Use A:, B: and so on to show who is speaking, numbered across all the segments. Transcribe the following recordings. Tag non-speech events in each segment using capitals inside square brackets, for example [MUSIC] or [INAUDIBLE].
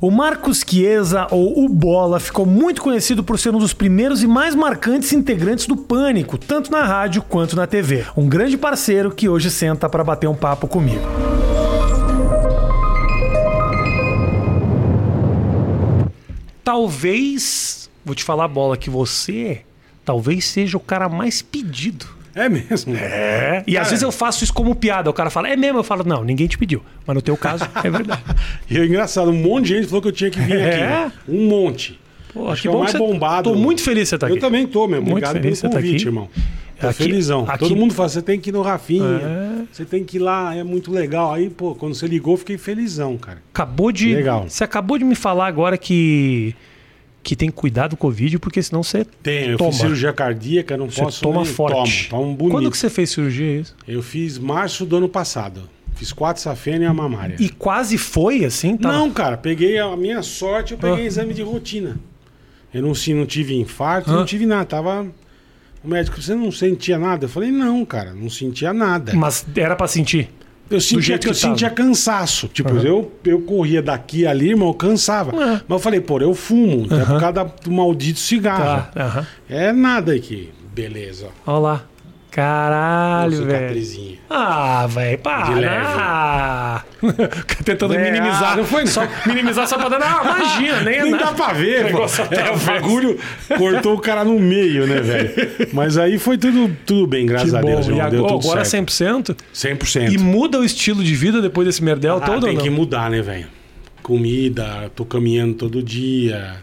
A: O Marcos Chiesa, ou o Bola, ficou muito conhecido por ser um dos primeiros e mais marcantes integrantes do Pânico, tanto na rádio quanto na TV. Um grande parceiro que hoje senta para bater um papo comigo. Talvez, vou te falar, Bola, que você talvez seja o cara mais pedido
B: É mesmo?
A: é. E às
B: Cara.
A: vezes eu faço isso como piada. O cara fala, é mesmo? Eu falo, não, ninguém te pediu. Mas no teu caso, é verdade.
B: E é engraçado, um monte de gente falou que eu tinha que vir aqui.
A: É?
B: né? Um monte.
A: Pô,
B: Acho
A: que
B: é o
A: bom
B: mais
A: que você-
B: bombado.
A: Tô muito feliz que você tá
B: Eu
A: aqui.
B: também tô, meu.
A: Muito
B: Obrigado pelo
A: feliz que você tá
B: convite,
A: aqui.
B: irmão. Tô
A: Aqui-
B: felizão.
A: aqui-
B: Todo mundo fala, você tem que ir no Rafinha,
A: É.
B: você tem que ir lá, é muito legal. Aí, pô, quando você ligou, eu fiquei felizão, cara.
A: Acabou de.
B: Legal.
A: Você acabou de me falar agora que. Que tem que cuidar do Covid, porque senão você.
B: Tem, eu
A: Toma.
B: fiz cirurgia cardíaca, não
A: Você
B: posso...
A: toma
B: nem-
A: forte.
B: Tomo, tomo um bonito.
A: Quando que você fez cirurgia é isso?
B: Eu fiz março do ano passado. Fiz quatro safena e a mamária.
A: E quase foi assim? Tava-
B: É. Não, cara, peguei a minha sorte, eu peguei
A: Ah.
B: exame de rotina. Eu não, se- não tive infarto,
A: Ah.
B: não tive nada. Tava. O médico, você não sentia nada? Eu falei, não, cara, não sentia nada.
A: Mas era pra sentir.
B: eu sentia,
A: jeito
B: que eu
A: que tava.
B: sentia cansaço. Tipo,
A: Aham.
B: eu, eu corria daqui e ali, irmão, eu cansava.
A: Ah.
B: Mas eu falei, pô, eu fumo, é por causa da- do maldito cigarro.
A: Tá. Aham.
B: É nada aqui. Beleza.
A: Olha lá. Caralho, velho.
B: Cicatrizinha.
A: Ah, velho,
B: De leve.
A: para. [LAUGHS] Tentando
B: É,
A: minimizar.
B: ah, não foi, não.
A: Só minimizar só pra dar. Ah, imagina, nem é
B: Nem
A: nada.
B: dá pra ver, pô.
A: negócio até
B: É, o
A: fez.
B: bagulho cortou o cara no meio, né, velho? Mas aí foi tudo, tudo bem, graças
A: Que
B: a
A: bom.
B: Deus.
A: e
B: irmão, deu
A: agora,
B: tudo
A: agora
B: certo.
A: 100%?
B: 100%.
A: E muda o estilo de vida depois desse merdel
B: Ah,
A: todo ou
B: tem
A: não?
B: que mudar, né, velho? Comida, tô caminhando todo dia.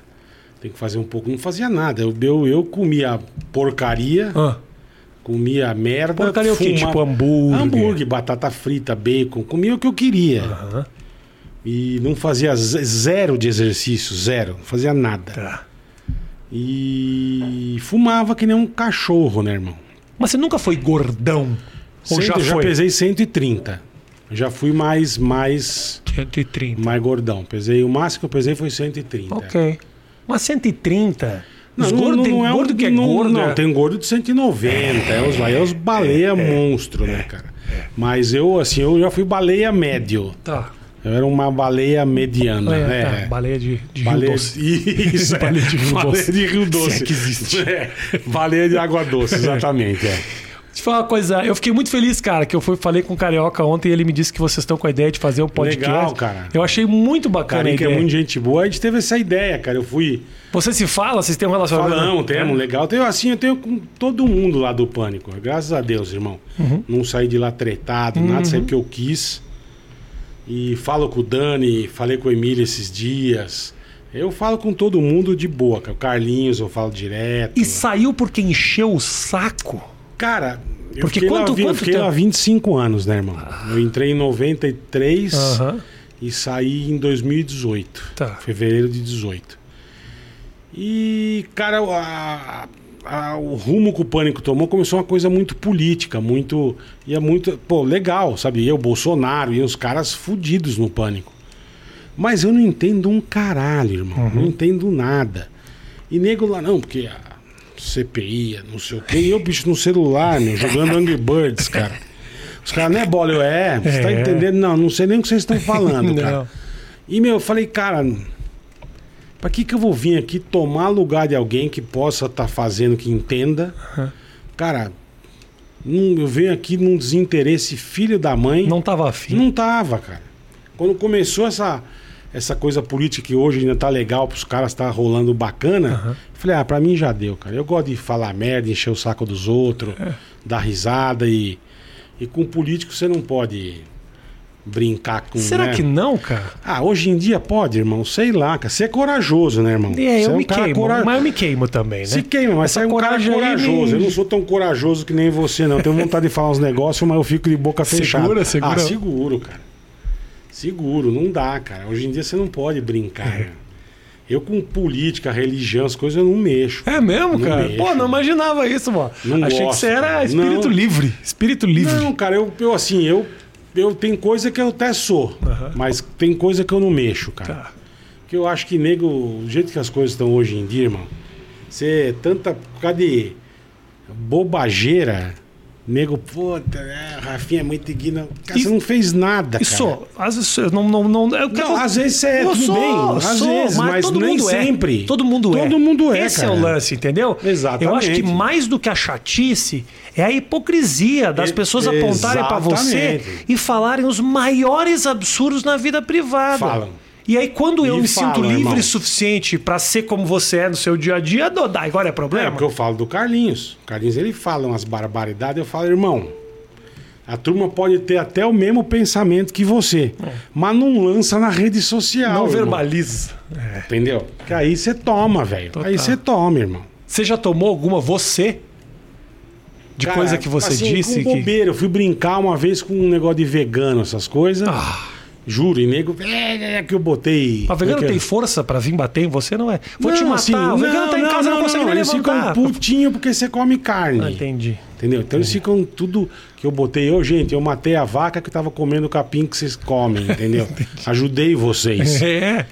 B: Tem que fazer um pouco. Não fazia nada. Eu, eu, eu comia porcaria,
A: Ah,
B: comia merda.
A: Porcaria o quê?
B: fumava-
A: Tipo hambúrguer?
B: Hambúrguer, batata frita, bacon. Comia o que eu queria.
A: aham,
B: E não fazia ze- zero de exercício, zero. Não fazia nada.
A: tá.
B: E fumava que nem um cachorro, né, irmão?
A: Mas você nunca foi gordão? Ou
B: Cento-
A: já
B: eu já
A: foi?
B: pesei 130. Eu Já fui mais, mais,
A: 130.
B: mais gordão. Pesei, o máximo que eu pesei foi 130.
A: Ok. Mas 130? Os gordos tem
B: é um-
A: gordo que é
B: não-
A: gordo.
B: Não,
A: é-
B: tem gordo de 190. É, os, aí é os baleia monstro,
A: É,
B: né, cara? Mas eu, assim, eu já fui baleia médio.
A: Tá.
B: Eu era uma baleia mediana.
A: Baleia,
B: né?
A: tá. Baleia de, de Rio
B: Baleia,
A: Doce.
B: Isso,
A: [LAUGHS]
B: é.
A: Baleia de Rio
B: Baleia
A: Doce.
B: de Rio Doce.
A: Se é que existe.
B: [LAUGHS] É. Baleia de
A: [LAUGHS]
B: água doce, exatamente. é.
A: Deixa eu falar uma coisa. Eu fiquei muito feliz, cara, que eu fui, falei com o Carioca ontem e ele me disse que vocês estão com a ideia de fazer um podcast.
B: Legal, cara.
A: Eu achei muito bacana
B: Cara,
A: a
B: que é
A: ideia.
B: muito gente boa. A gente teve essa ideia, cara. Eu fui.
A: Você se fala? Vocês têm um relacionamento?
B: Falamos, temos, legal. Tenho, assim, eu tenho com todo mundo lá do Pânico. Graças a Deus, irmão.
A: Uhum.
B: Não saí de lá tretado, nada, sempre que eu quis. E falo com o Dani, falei com o Emílio esses dias. Eu falo com todo mundo de boa, cara. O Carlinhos, eu falo direto.
A: E saiu porque encheu o saco?
B: Cara, eu
A: Porque
B: fiquei,
A: quanto-
B: lá, vi- eu
A: quanto
B: fiquei
A: tempo?
B: lá 25 anos, né, irmão? Eu entrei em 93
A: Aham.
B: e saí em 2018.
A: Tá.
B: Fevereiro de 18. E, cara, a- a- o rumo que o pânico tomou começou uma coisa muito política, muito. E é muito. Pô, legal, sabe? Eu, Bolsonaro, e os caras fudidos no pânico. Mas eu não entendo um caralho, irmão.
A: Uhum.
B: Não entendo nada. E nego lá, não, porque a CPI, não sei o quê. E eu, bicho, no celular,
A: [LAUGHS]
B: meu, jogando Angry Birds, cara. Os caras, não é bola, eu é. Você tá
A: É.
B: entendendo? Não, não sei nem o que vocês estão
A: Ah, [LAUGHS]
B: falando, cara. E, meu, eu falei, cara, pra que que eu vou vir aqui tomar lugar de alguém que possa estar fazendo, que entenda?
A: Aham.
B: Cara, não- eu venho aqui num desinteresse filho da mãe.
A: Não tava afim.
B: Não tava, cara. Quando começou essa, essa coisa política que hoje ainda tá legal, pros caras tá rolando bacana, eu falei, ah, pra mim já deu, cara. Eu gosto de falar merda, encher o saco dos outros,
A: É.
B: dar risada e. E com político você não pode brincar com.
A: Será
B: né?
A: que não, cara?
B: Ah, hoje em dia pode, irmão? Sei lá, cara. Você é corajoso, né, irmão?
A: É,
B: Você
A: eu
B: um
A: me
B: cara
A: queimo,
B: cora-
A: mas eu me queimo também, né?
B: Se queima, mas
A: Essa
B: você é um cara
A: coragem aí
B: corajoso.
A: me-
B: Eu não sou tão corajoso que nem você, não. Eu Tenho vontade de falar uns negócios, mas eu fico de boca
A: Segura,
B: fechada.
A: segura.
B: Ah, seguro, cara. Seguro, não dá, cara. Hoje em dia você não pode brincar.
A: É.
B: né? Eu com política, religião, as coisas eu não mexo.
A: É mesmo,
B: Não
A: cara?
B: deixa.
A: Pô, não imaginava isso, mano.
B: Não
A: Achei que
B: gosto,
A: você era
B: cara.
A: espírito
B: Não.
A: livre. Espírito livre.
B: Não, cara, eu, eu assim, eu, eu tem coisa que eu até sou,
A: Aham.
B: mas tem coisa que eu não mexo, cara.
A: Tá.
B: Que eu acho que, nego, o jeito que as coisas estão hoje em dia, irmão, você é tanta. por causa de bobageira Nego, puta, é, Rafinha é muito igna. Cara, você não fez nada,
A: E
B: cara.
A: sou. Às vezes eu não. não, não, eu quero-
B: Não, às vezes você é
A: eu
B: tudo
A: sou,
B: bem, às
A: sou,
B: vezes, mas
A: todo
B: nem
A: mundo é.
B: sempre.
A: Todo mundo é.
B: Todo mundo é,
A: Esse
B: cara.
A: é o lance, entendeu? Eu acho que
B: Exatamente.
A: mais do que a chatice é a hipocrisia das
B: E-
A: pessoas apontarem pra você
B: exatamente.
A: e falarem os maiores absurdos na vida privada.
B: Falam.
A: E aí, quando eu
B: E
A: me
B: falam,
A: sinto livre
B: irmão.
A: o suficiente pra ser como você é no seu dia a dia, Dodá, agora é
B: É,
A: problema?
B: porque eu falo do Carlinhos. O Carlinhos, ele fala umas barbaridades. Eu falo, irmão, a turma pode ter até o mesmo pensamento que você, mas não lança na rede social.
A: É. Não
B: irmão.
A: verbaliza. É.
B: Entendeu? Que aí você toma, velho.
A: Total.
B: Aí você toma, irmão.
A: Você já tomou alguma você? De
B: Cara,
A: coisa que você
B: assim,
A: disse
B: com
A: que.
B: bobeira. Eu fui brincar uma vez com um negócio de vegano, essas coisas.
A: Ah.
B: Juro, e nego. É, é, que eu botei.
A: Mas vegano
B: Como é que é?
A: tem força pra vir bater em você, não é? Vou te matar.
B: assim,
A: o vegano tá em casa, não, consegue nem
B: eles
A: levantar.
B: ficam um putinho porque você come carne.
A: Ah, entendi.
B: Entendeu? Então eles ficam tudo que eu botei. Eu, gente, eu matei a vaca que tava comendo o capim que vocês comem, entendeu? Ajudei vocês.
A: É.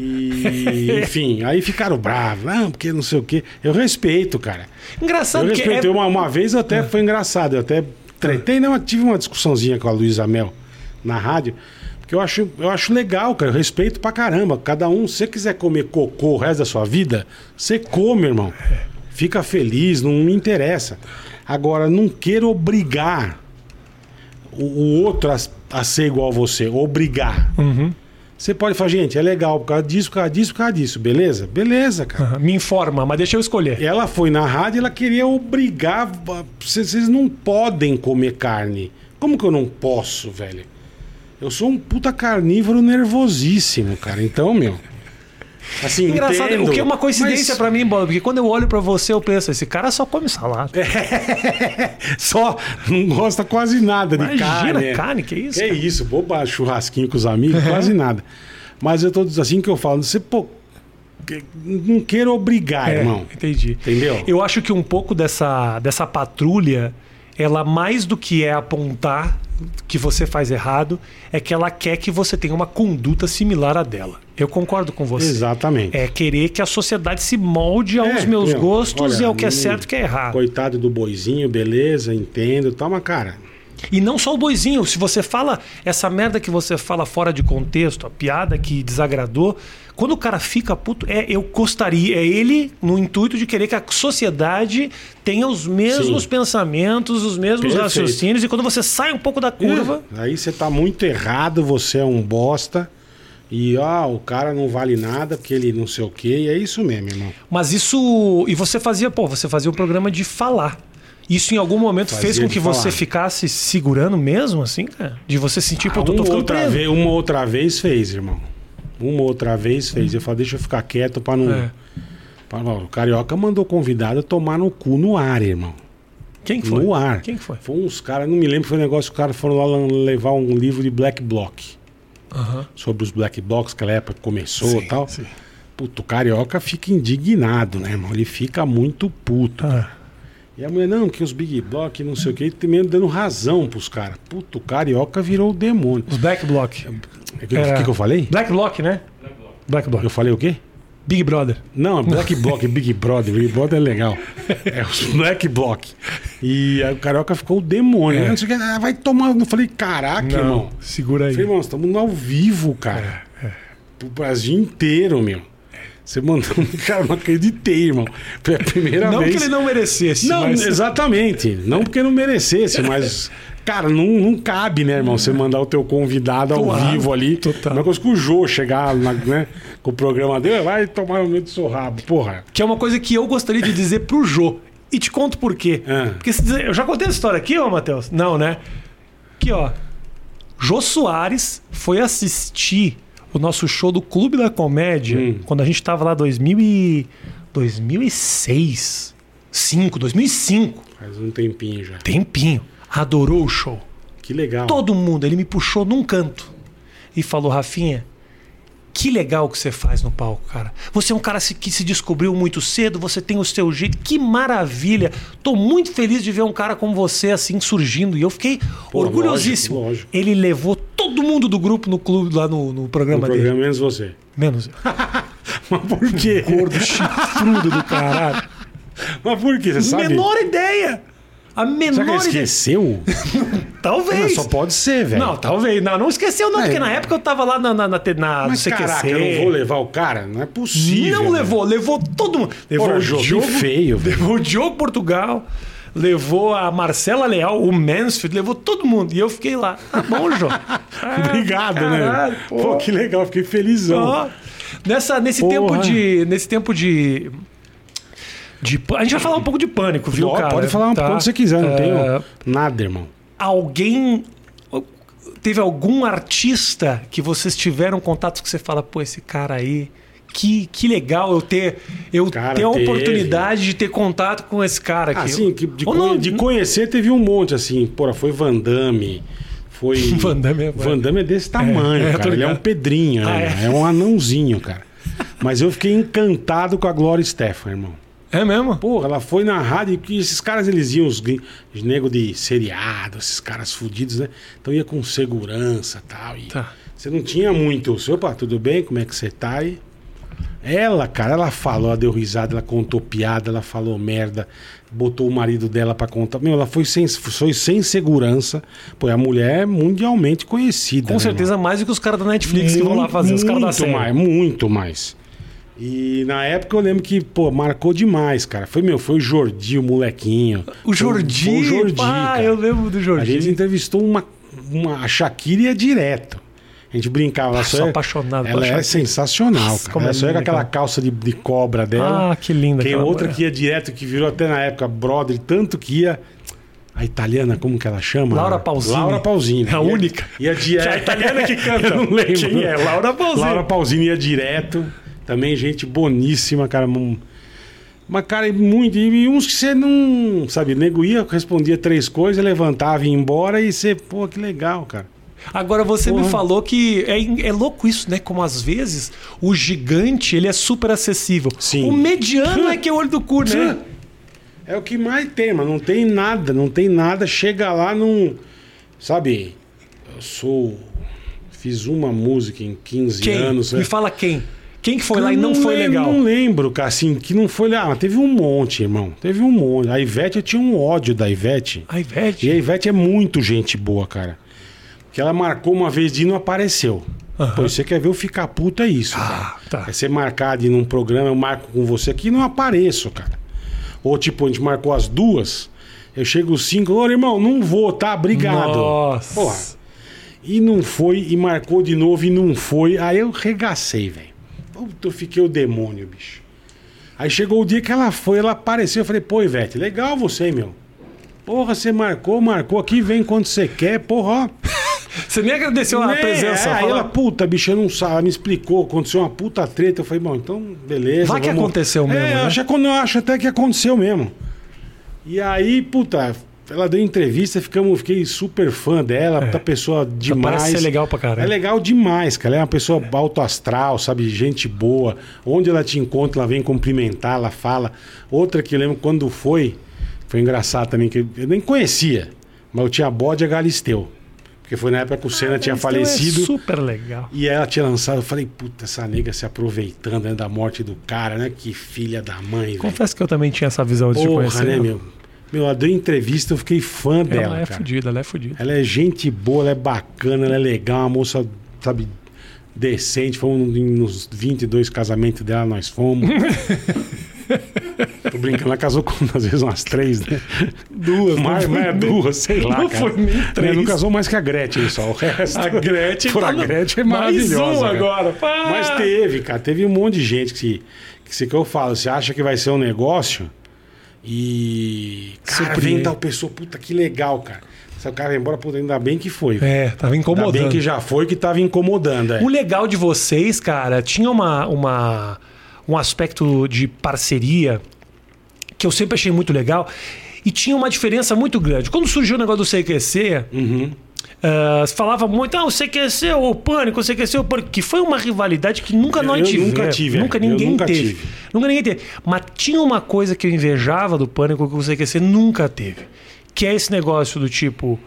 B: E, enfim, aí ficaram bravos. Não, porque não sei o quê. Eu respeito, cara.
A: Engraçado
B: eu
A: que é...
B: respeitei uma, uma vez, até foi engraçado. Eu até tretei, não, eu tive uma discussãozinha com a Luísa Mel na rádio. Porque eu acho, eu acho legal, cara. Eu respeito pra caramba. Cada um, se você quiser comer cocô o resto da sua vida, você come, irmão. Fica feliz, não me interessa. Agora, não quero obrigar o, o outro a, a ser igual a você. Obrigar.
A: Uhum.
B: Você pode falar, gente, é legal por causa disso, por causa disso, por causa disso. Beleza? Beleza, cara.
A: Aham, [LAUGHS] Me informa, mas deixa eu escolher.
B: Ela foi na rádio, ela queria obrigar. Vocês vocês não podem comer carne. Como que eu não posso, velho? Eu sou um puta carnívoro nervosíssimo, cara. Então, meu. Assim,
A: Engraçado,
B: entendo,
A: o que é uma coincidência
B: mas
A: pra mim, Bob, porque quando eu olho pra você, eu penso, esse cara só come salada.
B: Só não gosta quase nada de
A: Imagina,
B: carne.
A: carne,
B: é.
A: que isso?
B: É
A: cara?
B: isso, boba, churrasquinho com
A: [LAUGHS]
B: os amigos, quase nada. Mas eu tô assim que eu falo, você, pô, que- não quero obrigar,
A: É,
B: irmão.
A: Entendi.
B: Entendeu?
A: Eu acho que um pouco dessa, dessa patrulha, ela mais do que é apontar que você faz errado, é que ela quer que você tenha uma conduta similar à dela. Eu concordo com você.
B: Exatamente.
A: É querer que a sociedade se molde aos
B: É,
A: meus
B: meu,
A: gostos
B: olha,
A: e ao que é
B: não-
A: certo e o que é errado.
B: Coitado do boizinho, beleza, entendo. Toma, cara.
A: E não só o boizinho. Se você fala essa merda que você fala fora de contexto, a piada que desagradou, quando o cara fica puto, é eu gostaria, é ele no intuito de querer que a sociedade tenha os mesmos
B: Sim.
A: pensamentos, os mesmos
B: Perfeito.
A: raciocínios. E quando você sai um pouco da curva,
B: Aí você tá muito errado, você é um bosta. E ó, o cara não vale nada porque ele não sei o quê. E é isso mesmo, irmão.
A: mas isso e você fazia, pô, você fazia um programa de falar. Isso em algum momento
B: Fazia
A: fez com
B: de
A: que você
B: falar.
A: ficasse segurando mesmo, assim, cara? De você sentir, pô,
B: Ah,
A: eu tô, tô
B: uma,
A: ficando
B: outra
A: preso.
B: vez, uma outra vez fez, irmão. Uma outra vez fez. Eu falei, deixa eu ficar quieto pra não.
A: É.
B: pra não- o Carioca mandou o convidado tomar no cu no ar, irmão.
A: Quem que foi?
B: No ar.
A: Quem que foi?
B: Foi uns caras, não me lembro, foi um negócio, os caras foram lá levar um livro de Black Block.
A: Aham.
B: Sobre os Black Blocks, que época que começou e
A: Sim,
B: tal.
A: sim.
B: Puto, o carioca fica indignado, né, irmão? Ele fica muito puto.
A: Ah.
B: E a mulher, não, que os Big Block, não sei o que, e mesmo dando razão pros caras. Puto, o carioca virou o demônio.
A: Os Black Block.
B: O que, que, que eu falei?
A: Black Block, né? Black Block.
B: Eu falei o quê?
A: Big Brother.
B: Não, é Black Block, Big Brother. Big Brother é legal. É os Black Block. E aí o carioca ficou o demônio.
A: É.
B: Não sei o que, ah, vai tomar. Eu falei, caraca, irmão.
A: segura aí.
B: Falei, irmão, estamos no ao vivo, cara.
A: É,
B: Pro Brasil inteiro, meu. Você mandou. um [LAUGHS] Cara, eu não acreditei, irmão. Foi a primeira
A: Não
B: vez.
A: que ele não merecesse,
B: Não,
A: mas...
B: exatamente. Não porque não
A: [LAUGHS]
B: merecesse, mas. Cara, não, não cabe, né, irmão? Você mandar o teu convidado ao
A: Claro,
B: vivo ali.
A: total.
B: Não é coisa que o Jô chegar na- né, com o programa dele, vai tomar no meio do seu rabo, porra.
A: Que é uma coisa que eu gostaria de dizer pro Jô. E te conto por quê.
B: Ah.
A: Porque se dizer- eu já contei essa história aqui, ô Matheus? Não, né? Aqui, ó. Jô Soares foi assistir o nosso show do Clube da Comédia quando a gente tava lá 2000 e... 2006. 5, 2005.
B: Faz um tempinho já.
A: Tempinho. Adorou o show.
B: Que legal.
A: todo mundo. Ele me puxou num canto e falou: Rafinha, que legal que você faz no palco, cara. Você é um cara se- que se descobriu muito cedo, você tem o seu jeito, que maravilha. Tô muito feliz de ver um cara como você assim surgindo. E eu fiquei
B: Pô,
A: orgulhosíssimo.
B: lógico, lógico.
A: Ele levou todo mundo do grupo no clube, lá no, no
B: No
A: programa dele.
B: programa Ah, menos você.
A: [LAUGHS] Menos eu.
B: Mas por [LAUGHS] quê?
A: Gordo, chifrudo do caralho.
B: Mas por quê? Você sabe?
A: Menor ideia. A menor
B: Será que ele
A: ideia-
B: esqueceu? Não,
A: Talvez.
B: só pode ser, velho.
A: Não, tá, talvez. Não, não esqueceu, não,
B: É.
A: porque na época eu tava lá na, na, na, na
B: Mas
A: no CQC.
B: caraca, eu não vou levar o cara? Não é possível.
A: Não
B: né?
A: levou, levou todo mundo. Levou
B: Ora,
A: o Diogo,
B: que feio, velho.
A: Levou o Diogo Portugal, levou a Marcela Leal, o Mansfield, levou todo mundo. E eu fiquei lá. Tá bom,
B: [LAUGHS]
A: João.
B: Obrigado,
A: Caralho,
B: né? Pô.
A: pô.
B: que legal, fiquei felizão.
A: Ó, nessa, nesse
B: Porra.
A: tempo de. Nesse tempo de. de pâ- a gente vai falar um pouco de pânico, viu,
B: Ó,
A: cara?
B: pode falar um
A: Tá?
B: quanto você quiser, não
A: É,
B: tenho nada, irmão.
A: Alguém. Teve algum artista que vocês tiveram contato que você fala, pô, esse cara aí. Que, que legal eu ter eu
B: Cara,
A: ter a
B: teve.
A: oportunidade de ter contato com esse cara aqui.
B: Ah, sim, que de,
A: Ou
B: conhe-
A: não, hum,
B: de conhecer teve um monte, assim. Porra, foi Van Damme. Foi.
A: [LAUGHS] Van Damme é-
B: Van Damme é desse tamanho,
A: é, eu tô
B: cara. Ele é um
A: ligado.
B: pedrinho, né?
A: Ah,
B: é. um anãozinho, cara. Mas eu fiquei encantado com a Glória Stefan, irmão.
A: É mesmo?
B: Porra, ela foi na rádio que esses caras eles iam, os, gri- os nego de seriado, esses caras fudidos, né? Então ia com segurança tal, e
A: Tá.
B: Você não tinha muito. Você, Opa, tudo bem? Como é que você tá? E ela, cara, ela falou, ela deu risada, ela contou piada, ela falou merda, botou o marido dela pra contar. Meu, ela foi sem, foi sem segurança. Pô, e a mulher é mundialmente conhecida.
A: Com
B: né,
A: certeza mais do que os caras da Netflix que vão lá
B: muito-
A: fazer, os caras da
B: muito
A: série.
B: mais, muito mais. E na época eu lembro que, pô, marcou demais, cara. Foi meu, foi o Jordi, o molequinho.
A: O
B: Foi-
A: Jordi,
B: foi o Jordi,
A: pá,
B: cara.
A: eu lembro do
B: A
A: Jordi.
B: gente entrevistou uma, uma a Shakira ia direto. A gente brincava.
A: sou
B: era-
A: apaixonado pela
B: Ela
A: Shakira.
B: era sensacional,
A: Nossa,
B: cara.
A: como
B: Ela
A: é
B: só era
A: linda,
B: aquela
A: cara.
B: calça de, de cobra dela.
A: Ah, que linda
B: Tem
A: aquela
B: outra
A: mulher.
B: que ia direto, que virou até na época brother, tanto que ia... A italiana, como que ela chama?
A: Laura Pausini.
B: Laura Pausini.
A: A
B: Ia-
A: única.
B: Ia direto.
A: Que a italiana que canta.
B: É. [LAUGHS] Eu não lembro.
A: Quem é? Laura Pausini.
B: Laura Pausini ia direto. Também gente boníssima, cara. Um- Mas, cara, é muito. E uns que você não. Sabe, nego ia, respondia três coisas, levantava e ia embora e você, pô, que legal, cara.
A: Agora você
B: Porra.
A: me falou que é, in- é louco isso, né? Como às vezes o gigante ele é super acessível.
B: Sim.
A: O mediano é que é o olho do cu, né?
B: É o que mais tem, mas não tem nada, não tem nada. Chega lá, não. Sabe, eu sou. Fiz uma música em 15
A: Quem?
B: anos.
A: me
B: né?
A: fala quem? Quem que foi
B: Eu
A: lá e não foi
B: lembro,
A: legal?
B: Não lembro, cara, assim, que não foi legal. Ah, mas teve um monte, irmão. Teve um monte. A Ivete, eu tinha um ódio da Ivete.
A: Ai,
B: E
A: velho.
B: a Ivete é muito gente boa, cara. Que ela marcou uma vez de ir e não apareceu.
A: Aham.
B: Pô, você quer ver eu ficar puto, é isso.
A: Ah,
B: cara.
A: tá.
B: É ser marcado em um programa, eu marco com você aqui e não apareço, cara. Ou tipo, a gente marcou as duas, eu chego os cinco, ô irmão, não vou, tá? Obrigado.
A: Nossa.
B: Porra. E não foi, e marcou de novo e não foi. Aí eu regacei, velho. Puta, eu fiquei o demônio, bicho. Aí chegou o dia que ela foi, ela apareceu. Eu falei, pô, Ivete, legal você, hein, meu. Porra, você marcou, marcou aqui, vem quando você quer, porra. ó.
A: Você nem agradeceu a
B: Né?
A: presença.
B: É, aí
A: fala-
B: ela, puta, bicho, eu não sabe. Ela me explicou, aconteceu uma puta treta. Eu falei, bom, então, beleza.
A: Vai que aconteceu
B: É,
A: mesmo,
B: eu,
A: né?
B: acho, eu acho até que aconteceu mesmo. E aí, puta, ela deu entrevista, ficamos, fiquei super fã dela, puta pessoa demais.
A: É. parece ser legal pra caralho.
B: É legal demais, cara. Ela é uma pessoa alto astral, sabe? Gente boa. Onde ela te encontra, ela vem cumprimentar, ela fala. Outra que eu lembro quando foi, foi engraçado também, que eu nem conhecia, mas eu tinha bode a Galisteu. Porque foi na época que o Senna tinha
A: Então é
B: falecido.
A: super legal.
B: E ela tinha lançado, eu falei, puta, essa nega se aproveitando né, da morte do cara, né? Que filha da mãe, velho.
A: Confesso que eu também tinha essa visão antes de
B: Porra,
A: conhecer.
B: né,
A: ela.
B: meu? Meu, ela deu entrevista, eu fiquei fã
A: Ela
B: dela,
A: é
B: cara.
A: fodida, ela é fodida.
B: Ela é gente boa, ela é bacana, ela é legal, uma moça, sabe, decente. Fomos em- nos 22 casamentos dela,
A: [LAUGHS]
B: nós fomos. Tô brincando, ela casou com, às vezes, umas três, né?
A: Duas,
B: Mais, mais duas, sei lá,
A: Não
B: cara.
A: foi nem
B: Né,
A: três.
B: Não casou mais que a Gretchen, só o resto.
A: A
B: [LAUGHS]
A: Gretchen
B: Por
A: tá
B: a
A: no-
B: Gretchen é
A: Mais
B: maravilhosa.
A: um
B: cara.
A: agora. pá.
B: Mas teve, cara. Teve um monte de gente que, se- que, se que eu falo, você acha que vai ser um negócio e. Cara,
A: Surpreende.
B: vem tal pessoa, puta que legal, cara. Se o cara vai embora, puta, ainda bem que foi.
A: É, tava
B: ainda
A: incomodando.
B: bem que já foi, que tava incomodando. É.
A: O legal de vocês, cara, tinha uma, uma, um aspecto de parceria que eu sempre achei muito legal e tinha uma diferença muito grande. Quando surgiu o negócio do CQC,
B: Uhum.
A: ah, eh, se falava muito, ah, o CQC, o Pânico, o CQC, é o Pânico, que foi uma rivalidade que nunca nós
B: Eu
A: tivemos.
B: nunca tive, é.
A: Nunca
B: Eu
A: ninguém
B: nunca
A: teve.
B: tive.
A: Nunca ninguém teve. Mas tinha uma coisa que eu invejava do Pânico que o CQC nunca teve, que é esse negócio do tipo,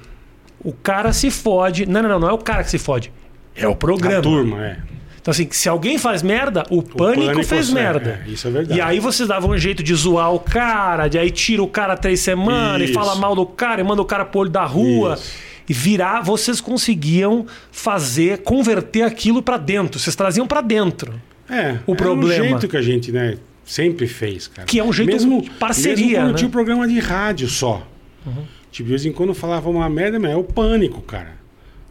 A: o cara se fode, não, não, não, não é o cara que se fode, é o
B: A
A: programa.
B: turma, é.
A: Então, assim, se alguém faz merda, o, pânico,
B: Pânico,
A: fez
B: é,
A: merda.
B: é, isso é verdade.
A: E aí vocês davam um jeito de zoar o cara, de aí tira o cara três semanas e
B: Isso.
A: fala mal do cara e manda o cara pro olho da rua.
B: Isso.
A: E virar, vocês conseguiam fazer, converter aquilo pra dentro. Vocês traziam pra dentro.
B: É,
A: O
B: é
A: problema.
B: um jeito que a gente, né, sempre fez, cara.
A: Que é um jeito de parceria,
B: Mesmo quando
A: né? Uhum.
B: tinha o programa de rádio só. Tipo, de vez em quando falava uma merda, mas é o pânico, cara.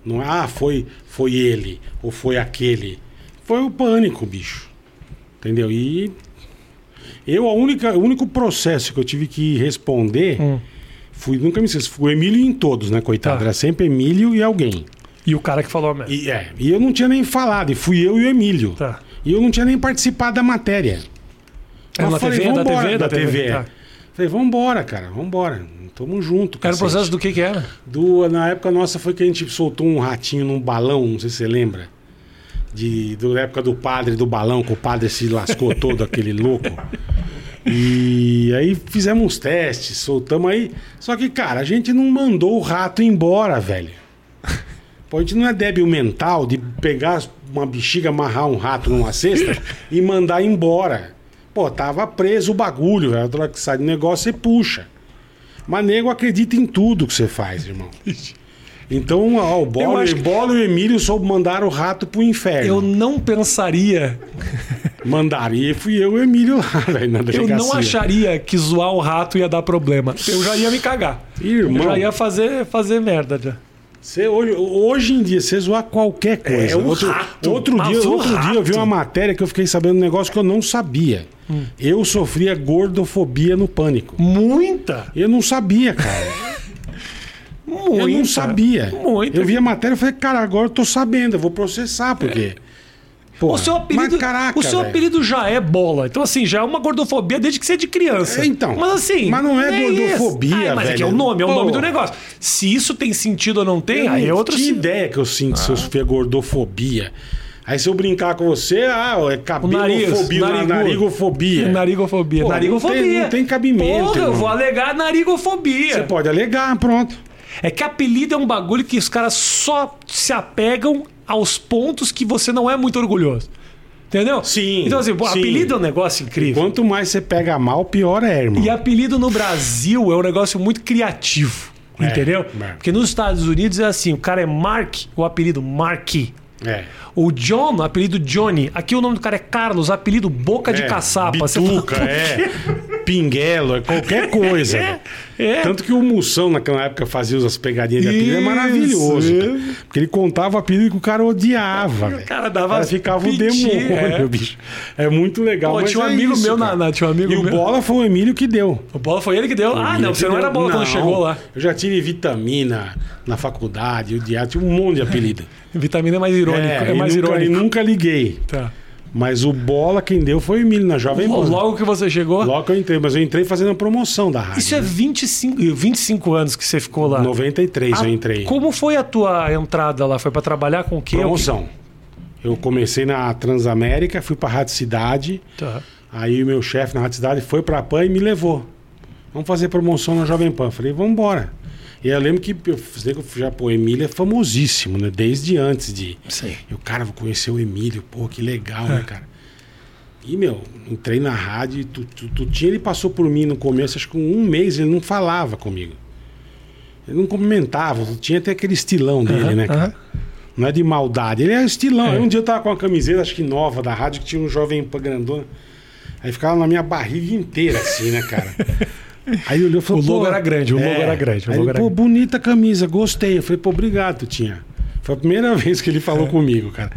B: Não é, ah, foi, foi ele, ou foi aquele. Foi o pânico, bicho. Entendeu? E eu, a única, o único processo que eu tive que responder, fui, nunca me esqueço, foi o Emílio em todos, né, coitado?
A: Hum. Tá.
B: Era sempre Emílio e alguém.
A: E o cara que falou a merda.
B: E, é, e eu não tinha nem falado, e fui eu e o Emílio.
A: Tá.
B: E eu não tinha nem participado da matéria.
A: Era
B: Mas
A: É, na
B: falei,
A: TV, da
B: "Vambora",
A: TV,
B: da é.
A: da TV,
B: TV.
A: tá.
B: Falei, vambora, cara, vambora. Tamo junto.
A: Era o
B: cacete."
A: processo do que que era?
B: Do- na época nossa foi que a gente soltou um ratinho num balão, não sei se você lembra. De, do- da época do padre do balão, que o padre
A: [LAUGHS]
B: se lascou todo, aquele louco. E aí fizemos uns testes, soltamos aí. Só que, cara, a gente não mandou o rato embora, velho. Pô, a gente não é débil mental de pegar uma bexiga, amarrar um rato numa cesta
A: [LAUGHS]
B: e mandar embora. Pô, tava preso o bagulho, velho. A hora que sai do negócio, você puxa. Mas nego acredita em tudo que você
A: [LAUGHS]
B: faz, irmão. Então, ó, o Bola,
A: acho que-
B: o Bola e o Emílio soube mandar o rato pro inferno.
A: Eu não pensaria,
B: Mandaria e fui eu e o Emílio lá, [LAUGHS] velho, na
A: eu
B: delegacia.
A: não acharia que zoar o rato ia dar problema. Eu já ia me cagar. Eu
B: Irmão,
A: já ia fazer, fazer merda já.
B: Você hoje, hoje em dia, você zoar qualquer coisa.
A: É, o
B: outro
A: rato.
B: outro
A: Mas
B: dia,
A: o
B: outro dia eu vi
A: rato.
B: uma matéria que eu fiquei sabendo um negócio que eu não sabia.
A: Hum.
B: Eu sofria gordofobia no pânico.
A: Muita!
B: Eu não sabia, cara.
A: [LAUGHS] Muita!
B: Eu não sabia.
A: Muita.
B: Eu vi a matéria e falei, cara, agora eu tô sabendo, eu vou processar, porque. Porra,
A: O seu apelido,
B: mas caraca,
A: o seu
B: velho.
A: apelido já é bola. Então, assim, já é uma gordofobia desde que você é de criança.
B: É, então.
A: Mas assim.
B: Mas não é
A: nem
B: gordofobia,
A: isso. Ah, mas é que é o
B: velho.
A: nome, é o
B: Pô.
A: nome do negócio. Se isso tem sentido ou não tem,
B: Eu
A: aí é
B: não
A: outra
B: tinha
A: se-
B: ideia que eu sinto se eu sofrer gordofobia. Aí se eu brincar com você, ah, é
A: O nariz,
B: cabelofobia, na-
A: narigudo.
B: narigofobia.
A: Narigofobia.
B: Pô, não
A: narigofobia.
B: tem- não tem cabimento,
A: Porra, eu
B: irmão.
A: vou alegar narigofobia.
B: Você pode alegar, pronto.
A: É que apelido é um bagulho que os caras só se apegam aos pontos que você não é muito orgulhoso. Entendeu?
B: Sim,
A: Então, assim, pô,
B: sim.
A: apelido é um negócio incrível.
B: Quanto mais você pega mal, pior é, irmão.
A: E apelido no Brasil é um negócio muito criativo.
B: É,
A: entendeu?
B: é.
A: Porque nos Estados Unidos é assim: o cara é Mark, o apelido Mark.
B: É.
A: O John, o apelido Johnny. Aqui o nome do cara é Carlos, apelido Boca de
B: É,
A: Caçapa. Você fala,
B: Bituca, é. Pinguelo, é qualquer coisa.
A: [LAUGHS] É,
B: velho.
A: é.
B: Tanto que o Moção, naquela época, fazia as pegadinhas de apelido. É
A: Isso,
B: maravilhoso.
A: é.
B: cara. Porque ele contava o apelido que o cara odiava. velho.
A: cara dava
B: O cara ficava um
A: piti,
B: demônio,
A: é.
B: [LAUGHS] bicho. É muito legal.
A: Pô,
B: mas
A: tinha um
B: é
A: amigo
B: isso,
A: meu na,
B: cara.
A: na- Tinha um amigo
B: E o
A: meu.
B: Bola foi o Emílio que deu.
A: O bola foi ele que deu. Ah, não, você não era bola
B: Não,
A: quando chegou lá.
B: Eu já tive vitamina na faculdade, o diário, tinha um monte de apelido.
A: Vitamina é mais irônico. É,
B: e
A: mais
B: nunca, e
A: irônico.
B: nunca liguei.
A: Tá.
B: Mas o bola quem deu foi o Emílio na Jovem Pan.
A: Logo que você chegou.
B: Logo que eu entrei, mas eu entrei fazendo a promoção da rádio.
A: Isso é 25, e 25 anos que você ficou lá.
B: 93 eu
A: Ah,
B: entrei.
A: Como foi a tua entrada lá? Foi pra trabalhar com o quê?
B: Promoção. Eu comecei na Transamérica, fui pra Rádio Cidade.
A: Tá.
B: Aí o meu chefe na Rádio Cidade foi pra PAN e me levou. Vamos fazer promoção na Jovem Pan. Falei, vamos embora. E eu lembro que eu sei que eu já, pô, o Emílio é famosíssimo, né? Desde antes de.
A: Sim.
B: E o cara, vou conhecer o Emílio, pô, que legal,
A: É.
B: né, cara? E, meu, entrei na rádio, e tu, tu, Tutinha, ele passou por mim no começo, acho que com um mês ele não falava comigo. Ele não cumprimentava, tinha até aquele estilão dele, né, cara?
A: aham.
B: Não é de maldade, ele é estilão.
A: É.
B: Aí um dia eu tava com uma camiseta, acho que nova, da rádio, que tinha um jovem Pan grandona. Aí ficava na minha barriga inteira, assim, né,
A: [LAUGHS]
B: cara? Aí olhou e falou.
A: O logo
B: "Pô, é."
A: era grande, o logo era grande, o
B: Aí
A: logo
B: ele,
A: era
B: pô,
A: grande."
B: bonita a camisa, gostei. Eu falei, pô, obrigado, Tutinha. Foi a primeira [LAUGHS] vez que ele falou comigo, cara.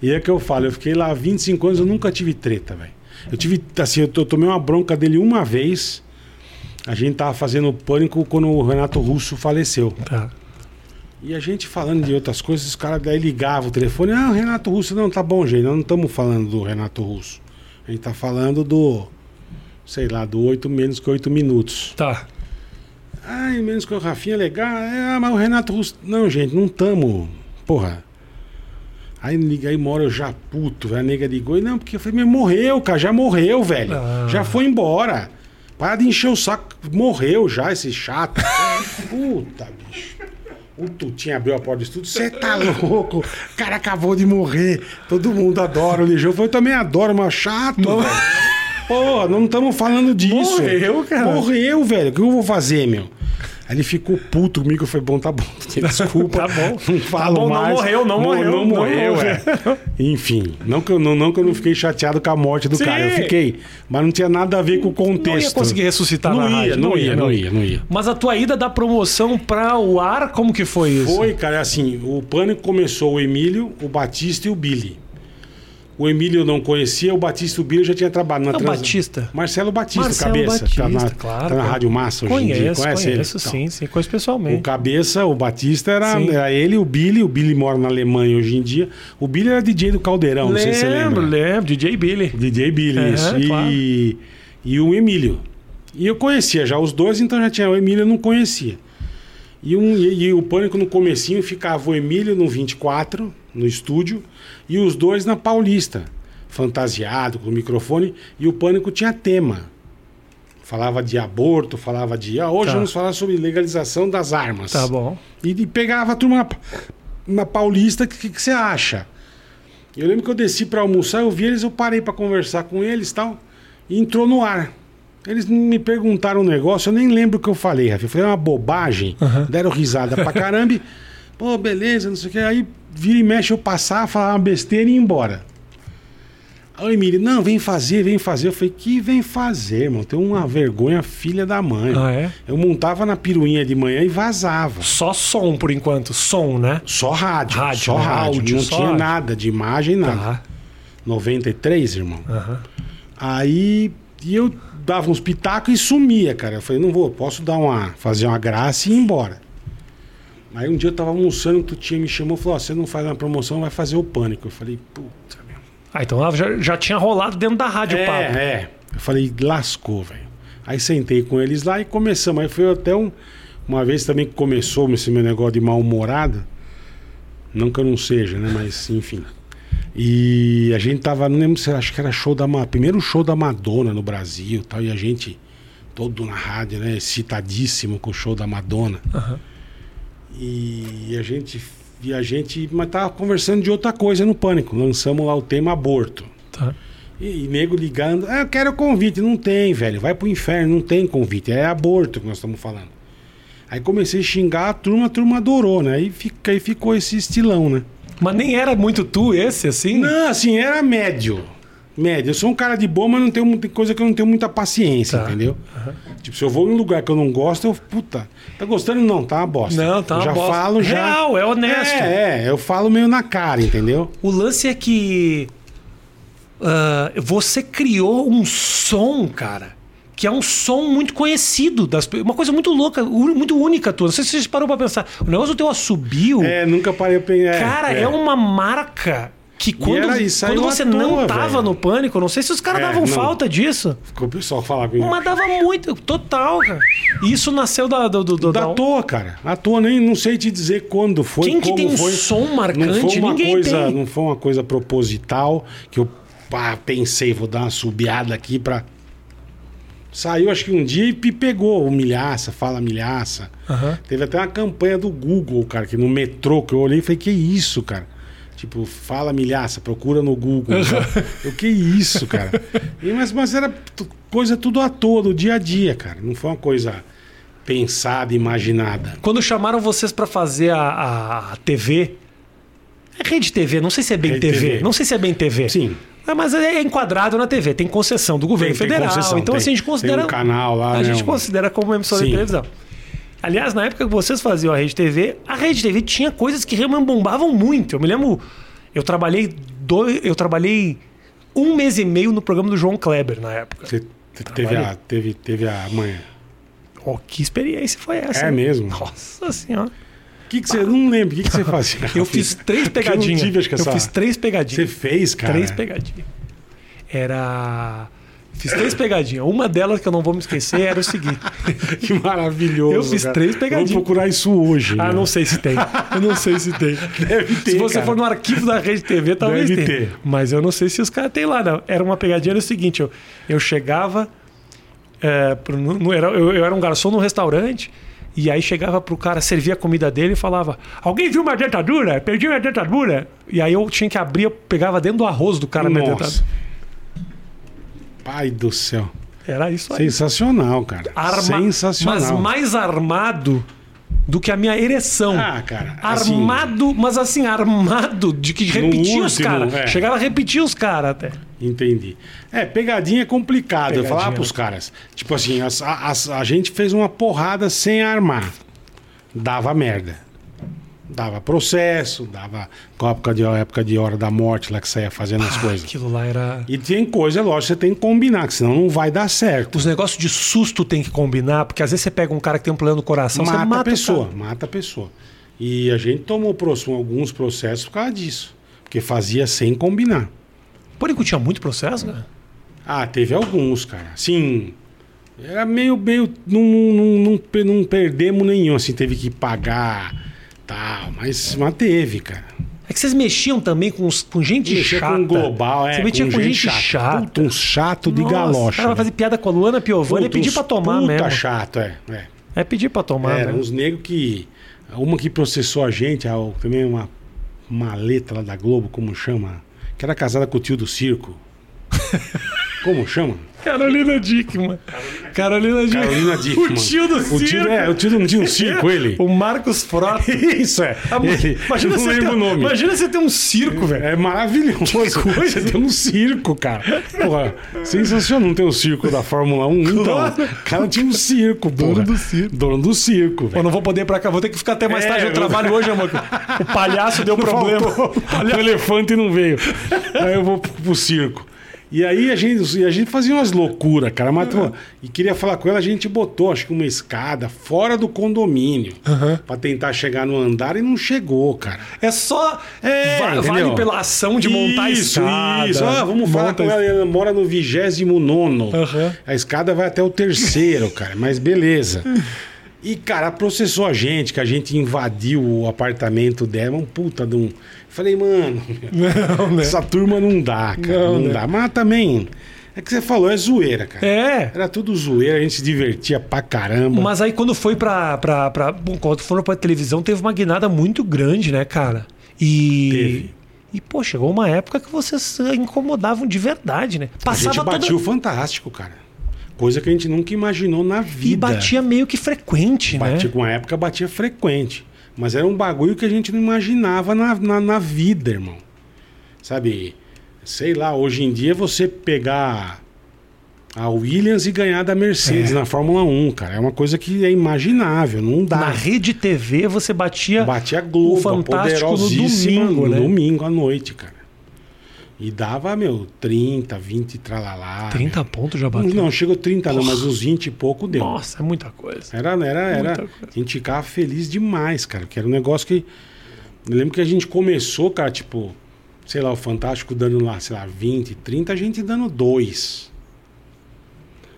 B: E é que eu falo, eu fiquei lá 25 anos, eu nunca tive treta, velho. Eu tive, assim, eu, to- eu tomei uma bronca dele uma vez. A gente tava fazendo pânico quando o Renato Russo faleceu.
A: Tá.
B: E a gente falando de outras coisas, os caras daí ligavam o telefone. Ah, o Renato Russo, não, tá bom, gente. Nós não estamos falando do Renato Russo. A gente tá falando do. Sei lá, do 8 menos que 8 minutos.
A: Tá.
B: Ai, menos que o Rafinha é legal. Ah, mas o Renato Russo. Não, gente, não tamo. Porra. Aí, liga- aí mora eu já puto, velho, a nega ligou. E não, porque eu falei, mas morreu, cara, já morreu, velho.
A: Ah.
B: Já foi embora. [LAUGHS] Para de encher o saco. Morreu já esse chato. Puta, bicho. O Tutinho abriu a porta do estúdio. Você tá louco? O cara acabou de morrer. Todo mundo adora o Legião. Eu falei, eu também adoro, mas chato. velho. Porra, não estamos falando disso.
A: Morreu, cara.
B: Morreu, velho. O que eu vou fazer, meu? Aí ele ficou puto comigo. Eu falei, bom, tá bom. [LAUGHS] Tutinho, Desculpa.
A: Tá bom.
B: Não falo
A: Tá bom, não
B: mais.
A: morreu, não morreu,
B: Não
A: não
B: morreu, é. Enfim, não que, eu, não, não que eu não fiquei chateado com a morte do
A: Sim.
B: cara. Eu fiquei. Mas não tinha nada a ver com o contexto.
A: Não ia conseguir ressuscitar
B: Não
A: na
B: ia,
A: rádio.
B: não ia, não ia, não ia.
A: Mas a tua ida da promoção pra o ar, como que foi isso?
B: Foi, cara, assim, o pânico começou o Emílio, o Batista e o Billy. O Emílio eu não conhecia, o Batista e o Billy eu já tinha trabalhado na
A: É o
B: Trans-
A: Batista?
B: Marcelo Batista,
A: Marcelo
B: cabeça.
A: Batista,
B: tá na,
A: claro,
B: tá na
A: cara.
B: Rádio Massa hoje em dia.
A: Conheço,
B: Conhece
A: conheço,
B: ele? Então,
A: sim, sim. Conheço
B: O
A: pessoalmente.
B: cabeça, o Batista era,
A: Sim.
B: era ele, o Billy. O Billy mora na Alemanha hoje em dia. O Billy era DJ do Caldeirão, não sei se você
A: lembro,
B: lembra.
A: lembro. DJ Billy.
B: DJ Billy,
A: É,
B: isso. E,
A: claro.
B: e o Emílio. E eu conhecia já os dois, então já tinha. O Emílio eu não conhecia. E, um- e- e o Pânico no comecinho ficava o Emílio no 24, no estúdio, e os dois na Paulista, fantasiado, com o microfone, e o Pânico tinha tema. Falava de aborto, falava de. Ah, hoje
A: Tá.
B: vamos falar sobre legalização das armas.
A: Tá bom.
B: E, e pegava a turma na, pa- na Paulista, o que, que você acha? Eu lembro que eu desci pra almoçar, eu vi eles, eu parei pra conversar com eles e tal, e entrou no ar. Eles me perguntaram um negócio, eu nem lembro o que eu falei, Rafa. Eu falei "É uma bobagem, deram risada pra caramba. e, Pô, beleza, não sei o que. Aí vira e mexe eu passar, falar uma besteira e ir embora. Aí o Emílio, não, vem fazer, vem fazer. Eu falei, que vem fazer, irmão? Tem uma vergonha filha da mãe.
A: Ah, é?
B: Eu montava na piruinha de manhã e vazava.
A: Só som por enquanto. Som, né?
B: Só rádio,
A: Rádio,
B: só
A: né?
B: rádio,
A: Áudio,
B: não
A: só
B: tinha
A: rádio.
B: nada de imagem, nada.
A: Tá.
B: 93, irmão.
A: Aham.
B: Aí e eu dava uns pitacos e sumia, cara. Eu falei, não vou, posso dar uma, fazer uma graça e ir embora. Aí um dia eu tava almoçando, tu tinha me chamou e falou, ó, você não faz uma promoção, vai fazer o pânico. Eu falei, puta meu.
A: Ah, então ela já, já tinha rolado dentro da rádio o papo.
B: É, é. Eu falei, lascou, velho. Aí sentei com eles lá e começamos. Aí foi até um- uma vez também que começou esse meu negócio de mal-humorada. Não que eu não seja, né? Mas, enfim. E a gente tava, não lembro se era- acho que era show da Ma- primeiro show da Madonna no Brasil e tal. E a gente, todo na rádio, né? Excitadíssimo com o show da Madonna. E a gente. E a gente. Mas tava conversando de outra coisa no pânico. Lançamos lá o tema aborto.
A: Tá.
B: E, e nego ligando, ah, eu quero convite. Não tem, velho. Vai pro inferno, não tem convite. É aborto que nós estamos falando. Aí comecei a xingar a turma, a turma adorou, né? Aí, fica, aí ficou esse estilão, né?
A: Mas nem era muito tu esse, assim?
B: Não, assim, era médio. Médio. Eu sou um cara de boa, mas não tenho muita coisa que eu não tenho muita paciência,
A: Tá.
B: entendeu? Tipo, se eu vou em um lugar que eu não gosto, eu. Puta, tá gostando? Não, tá uma bosta.
A: Não, tá
B: eu
A: uma
B: já
A: bosta.
B: falo, já.
A: Real, é honesto.
B: É, é, eu falo meio na cara, entendeu?
A: O lance é que ah, você criou um som, cara, que é um som muito conhecido das pe- uma coisa muito louca, ú- muito única tua. Não sei se você parou pra pensar. O negócio do teu assobio,
B: É, nunca parei pra é,
A: cara, é. uma marca que quando,
B: era isso,
A: quando
B: saiu à
A: você não
B: toa,
A: tava
B: velho.
A: no pânico, não sei se os caras
B: É,
A: davam
B: não.
A: falta disso.
B: Ficou o pessoal falar comigo.
A: Mas dava muito, total, cara. E isso nasceu da, do, do- do-
B: Da
A: da-
B: toa, cara. À toa, nem não sei te dizer quando foi,
A: um- Quem que
B: como
A: tem um
B: foi.
A: som marcante?
B: Não foi uma
A: Ninguém
B: coisa,
A: tem.
B: não foi uma coisa proposital que eu pá, pensei, vou dar uma subiada aqui pra. Saiu acho que um dia e pe- pegou o milhaça, fala milhaça.
A: Aham.
B: Teve até uma campanha do Google, cara, que no metrô que eu olhei e falei, que isso, cara? Tipo, fala milhaça, procura
A: [LAUGHS]
B: no Google. eu, que isso, cara? E, mas, mas era tu- coisa tudo à toa, do dia a dia, cara. Não foi uma coisa pensada, imaginada.
A: Quando chamaram vocês pra fazer a, a- a TV, é rede TV, não sei se é bem
B: Rede
A: TV,
B: TV.
A: não sei se é bem TV.
B: Sim.
A: Ah, mas é enquadrado na TV, tem concessão do governo
B: Tem- tem
A: federal.
B: concessão,
A: então,
B: tem.
A: assim, a gente
B: Tem
A: considera.
B: um canal lá,
A: A
B: né,
A: gente
B: um-
A: considera como uma emissora de
B: Sim.
A: televisão. Aliás, na época que vocês faziam a Rede TV, a Rede TV tinha coisas que realmente bombavam muito. Eu me lembro. Eu trabalhei dois. Eu trabalhei um mês e meio no programa do João Kleber na época.
B: Você te- teve a, teve, teve a manhã.
A: Oh, que experiência foi essa?
B: É
A: hein?
B: mesmo?
A: Nossa senhora.
B: O que, que você. Não lembro. O que, que você [LAUGHS] fazia?
A: Eu fiz três
B: Porque eu não
A: pegadinhas.
B: tive, acho que
A: Eu
B: essa-
A: fiz três
B: Você
A: pegadinhas.
B: fez, cara?
A: Três pegadinhas. Era. Fiz três pegadinhas. Uma delas que eu não vou me esquecer era o seguinte.
B: [LAUGHS] Que maravilhoso.
A: Eu fiz
B: cara.
A: três pegadinhas.
B: Vou procurar isso hoje.
A: Ah,
B: né?
A: não sei se tem. Eu não sei se tem.
B: [LAUGHS] Deve ter,
A: Se você
B: cara.
A: for no arquivo da Rede TV, talvez
B: Deve
A: tenha.
B: ter.
A: Mas eu não sei se os caras têm lá, não. Era uma pegadinha, era o seguinte: eu, eu chegava. é, pro- no- no- era- eu, eu era um garçom num restaurante E aí chegava pro cara, servia a comida dele e falava: Alguém viu minha dentadura? Perdi minha dentadura. E aí eu tinha que abrir, eu pegava dentro do arroz do cara minha
B: Nossa.
A: dentadura.
B: Pai do céu.
A: Era isso aí.
B: Sensacional, cara.
A: Arma- Mas
B: Sensacional.
A: mais armado do que a minha ereção.
B: Ah, cara. assim,
A: Armado, mas assim, armado de que repetia os
B: último,
A: caras.
B: é.
A: Chegava a repetir os caras até.
B: Entendi. É, pegadinha é complicado. Eu
A: Pegadinha,
B: falar pros
A: né?
B: caras. Tipo assim, as- as- a gente fez uma porrada sem armar. Dava merda. Dava processo, dava. Com a época de, a época de hora da morte lá que saía fazendo
A: Ah,
B: as coisas.
A: Aquilo lá era.
B: E tem coisa, lógico, você tem que combinar, que senão não vai dar certo.
A: Os negócios de susto tem que combinar, porque às vezes você pega um cara que tem um problema no coração, você
B: mata,
A: mata
B: a
A: o cara.
B: pessoa, mata a pessoa. E a gente tomou processo, alguns processos por causa disso. Porque fazia sem combinar.
A: Pânico tinha muito processo, né? cara?
B: Ah, teve alguns, cara. Sim. Era meio, meio. Não, não, não, não, não perdemos nenhum, assim, teve que pagar tal. Mas, mas teve, cara.
A: É que vocês mexiam também com, os- com gente
B: Mexia
A: chata.
B: com global, é.
A: Você metia com, gente, chata.
B: Puta, um chato de
A: Nossa, O
B: galocha. né?
A: cara vai fazer piada com a Luana Piovani e pedir pra tomar
B: puta
A: mesmo.
B: chato, é. é.
A: É pedir pra tomar,
B: Era
A: né?
B: uns negros que. Uma que processou a gente, a- também uma maleta lá da Globo, como chama? Que era casada com o tio
A: [LAUGHS]
B: do circo. como chama?
A: Carolina Dickman. Carolina Dickman.
B: Carolina Dickman.
A: O tio do circo.
B: O tio, é, o tio não tinha um circo, [LAUGHS] ele.
A: O Marcos Frota.
B: [LAUGHS] Isso é.
A: Ah, mas-
B: Ele, eu não
A: você
B: lembro
A: ter,
B: o nome.
A: Imagina você ter um circo, velho.
B: É maravilhoso. [LAUGHS] Você tem um circo, cara. Porra, sensacional não ter um circo da Fórmula 1. Então,
A: Claro.
B: o cara tinha um circo, porra.
A: do circo.
B: Dono do circo,
A: Eu
B: velho.
A: não vou poder ir pra cá, vou ter que ficar até mais
B: É,
A: tarde. Eu
B: eu-
A: trabalho hoje,
B: [LAUGHS]
A: amor. O palhaço deu problema.
B: Faltou. O elefante não veio. Aí eu vou pro, pro circo. E aí a gente, e a gente fazia umas loucuras, cara. Mas, pô, e queria falar com ela, a gente botou, acho que uma escada fora do condomínio. Pra tentar chegar no andar e não chegou, cara.
A: É só.
B: É,
A: va- vale
B: entendeu?
A: pela ação de montar a
B: isso,
A: escada.
B: Isso, ah, vamos falar
A: Monta
B: com
A: a-
B: ela. Ela mora no 29.
A: Aham.
B: A escada vai até o terceiro, cara, mas beleza. E, cara, processou a gente, que a gente invadiu o apartamento dela, um puta de um. Falei, mano,
A: [LAUGHS] Não, né?
B: essa turma não dá, cara,
A: Não,
B: não,
A: né?
B: dá. Mas também, é que você falou, é zoeira, cara.
A: É.
B: Era tudo zoeira, a gente se divertia pra caramba.
A: Mas aí quando foi pra, pra, pra. Bom, quando foram pra televisão, teve uma guinada muito grande, né, cara? E.
B: Teve.
A: E, pô, chegou uma época que vocês eh, incomodavam de verdade, né?
B: a
A: Passava
B: gente batia o
A: toda...
B: fantástico, cara. Coisa que a gente nunca imaginou na vida.
A: E batia meio que frequente,
B: Batia
A: né?
B: com a época, batia frequente. Mas era um bagulho que a gente não imaginava na, na, na vida, irmão. Sabe? Sei lá, hoje em dia você pegar a Williams e ganhar da
A: É.
B: Mercedes na Fórmula 1, cara. É uma coisa que é imaginável, não dá.
A: Na rede TV você batia.
B: Batia a Globo,
A: O Fantástico no
B: poderosíssima,
A: domingo, né?
B: domingo à noite, cara. E dava, meu, 30, 20, tralalá.
A: 30 pontos já
B: meu.
A: bateu.
B: Não, chegou 30 não, mas uns 20 e pouco deu.
A: Nossa, é muita coisa.
B: Era, era, era.
A: Muita coisa.
B: A gente ficava feliz demais, cara. Que era um negócio que. Eu lembro que a gente começou, cara, tipo, sei lá, o Fantástico dando lá, sei lá, 20, 30, a gente dando dois.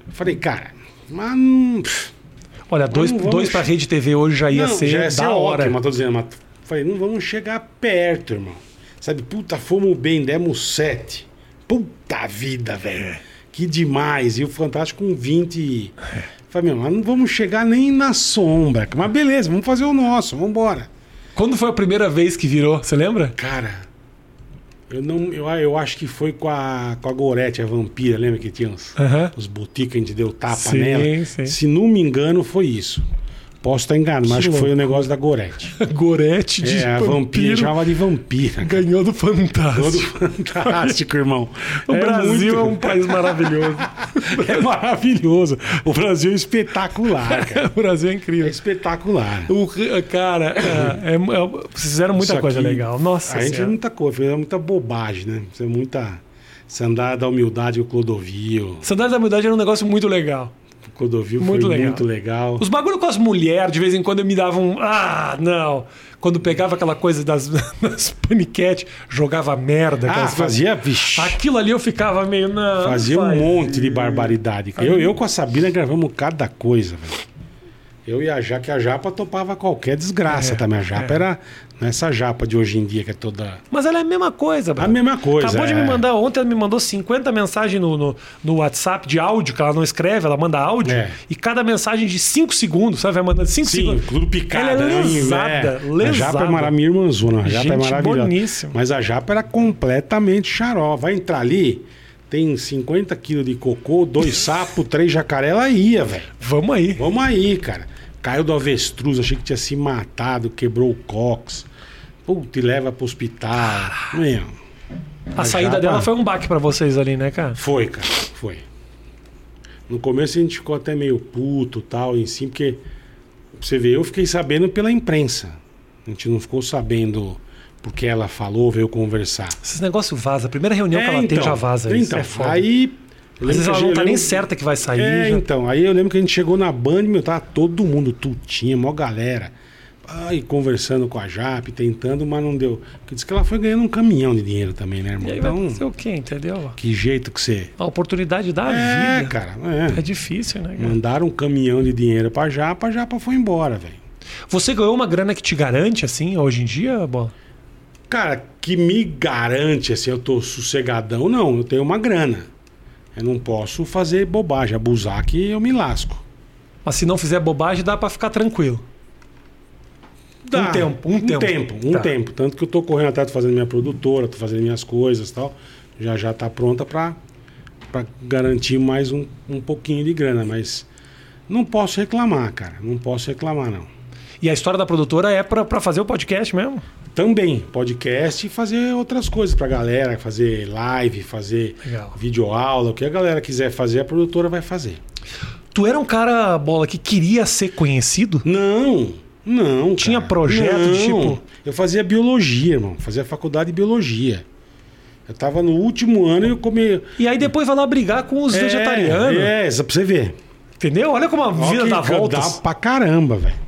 B: Eu falei, cara, mas não. pff,
A: Olha, dois,
B: não vamos
A: dois pra
B: che-
A: rede TV hoje já ia
B: não,
A: ser
B: já
A: da
B: ia ser
A: hora.
B: ótimo, eu tô dizendo, mas falei, não vamos chegar perto, irmão. Sabe, puta, fomos bem, demos sete. Puta vida, velho. Que demais. E o Fantástico com 20. e- Falei, meu, mas não vamos chegar nem na sombra. Mas beleza, vamos fazer o nosso, vamos embora.
A: Quando foi a primeira vez que virou? Você lembra?
B: Cara, eu não. Eu, eu acho que foi com a, com a Gorete, a vampira, lembra que tinha uns,
A: Aham. [LAUGHS]
B: os boticas que a gente deu tapa
A: Sim,
B: nela?
A: sim.
B: Se não me engano, foi isso. Posso estar enganado, mas
A: Que
B: acho que foi o negócio da Gorete.
A: Gorete de
B: É, a vampira,
A: vampiro
B: chamava de vampira.
A: [LAUGHS] ganhou do Fantástico.
B: Todo fantástico, irmão.
A: O
B: É
A: Brasil é um
B: muito-
A: país
B: [LAUGHS]
A: maravilhoso.
B: é maravilhoso. O Brasil é espetacular, cara.
A: [LAUGHS] o Brasil é
B: É
A: incrível.
B: espetacular.
A: O, re- cara, é, é, é, vocês fizeram muita
B: Isso
A: coisa
B: aqui-
A: legal. Nossa
B: A gente fez
A: senhora.
B: muita coisa, fez muita bobagem, né? Fez muita sandália da humildade com o Clodovil.
A: Sandália da Humildade era um negócio muito legal.
B: O Clodovil
A: Muito
B: foi
A: legal.
B: muito legal.
A: Os bagulho com as mulheres, de vez em quando, me davam. Ah, não. Quando pegava aquela coisa das, [LAUGHS] das paniquete, jogava merda.
B: Ah,
A: aquelas coisas.
B: fazia, vixi,
A: Aquilo ali eu ficava meio. Não,
B: fazia
A: não
B: um
A: faz. um
B: monte de barbaridade. Eu, eu com a Sabina gravamos cada coisa, velho. Eu e a Japa, que a Japa topava qualquer desgraça
A: É,
B: também. A Japa
A: é.
B: era nessa Japa de hoje em dia, que é toda.
A: Mas ela é a mesma coisa, Bruno.
B: A mesma coisa,
A: Acabou de
B: é.
A: me mandar ontem, ela me mandou 50 mensagens no, no, no WhatsApp de áudio, que ela não escreve, ela manda áudio.
B: É.
A: E cada mensagem de 5 segundos, sabe? Vai mandando 5
B: Sim,
A: segundos.
B: tudo picado.
A: Ela é
B: né?
A: lesada,
B: A Japa é
A: lesada.
B: mara- minha irmãzona. A Japa é
A: Gente
B: maravilhosa.
A: boníssima.
B: Mas a Japa era completamente xaró. Vai entrar ali, tem 50 quilos de
A: [LAUGHS]
B: cocô, dois sapos, três jacaré, ela ia, velho.
A: Vamos aí.
B: Vamos aí, cara. Caiu do avestruz, achei que tinha se matado, quebrou o cox. Puta, e leva pro hospital. Meu,
A: A saída
B: Japa-
A: dela foi um baque pra vocês ali, né, cara?
B: foi, cara, foi. No começo a gente ficou até meio puto tal, em si, porque pra você vê, eu fiquei sabendo pela imprensa. A gente não ficou sabendo porque ela falou, veio conversar. É,
A: Esses negócios vaza. A primeira reunião que ela tem já vaza.
B: Então,
A: isso é foda.
B: aí. eu lembro
A: Às vezes
B: que a
A: ela
B: gente-
A: não tá
B: eu
A: nem
B: lembro-
A: certa que vai sair.
B: É,
A: já.
B: então. Aí eu lembro que a gente chegou na Band, meu, tava todo mundo, tutinha, mó galera. Ai, conversando com a Jap, tentando, mas não deu. Porque diz que ela foi ganhando um caminhão de dinheiro também, né, irmão?
A: E aí vai
B: Então,
A: acontecer o quê, entendeu?
B: que jeito que você.
A: A oportunidade da
B: É,
A: vida.
B: cara.
A: É
B: É.
A: difícil, né, cara?
B: Mandaram um caminhão de dinheiro pra Japa, a Japa foi embora, velho.
A: Você ganhou uma grana que te garante, assim, hoje em dia, Bola?
B: Cara, que me garante assim, eu tô sossegadão, não, eu tenho uma grana. Eu não posso fazer bobagem, abusar que eu me lasco.
A: Mas se não fizer bobagem, dá pra ficar tranquilo.
B: Dá.
A: Um tempo, um
B: um
A: tempo.
B: tempo. um
A: Tá.
B: tempo. Tanto que eu tô correndo atrás, tô fazendo minha produtora, tô fazendo minhas coisas e tal. Já já tá pronta pra, pra garantir mais um, um pouquinho de grana, mas não posso reclamar, cara. Não posso reclamar, não.
A: E a história da produtora é pra, pra fazer o podcast mesmo?
B: Também podcast e fazer outras coisas pra galera, fazer live, fazer
A: Legal.
B: videoaula, o que a galera quiser fazer, a produtora vai fazer.
A: Tu era um cara, Bola, que queria ser conhecido?
B: Não, não.
A: Tinha
B: cara.
A: projeto,
B: Não.
A: tipo-
B: Eu fazia biologia, irmão. Fazia faculdade de biologia. Eu tava no último ano e eu comi.
A: E aí depois vai lá brigar com os vegetarianos.
B: É, é, pra você ver.
A: Entendeu? Olha como a vida
B: Olha
A: dá
B: que
A: voltas.
B: Dá pra caramba, velho.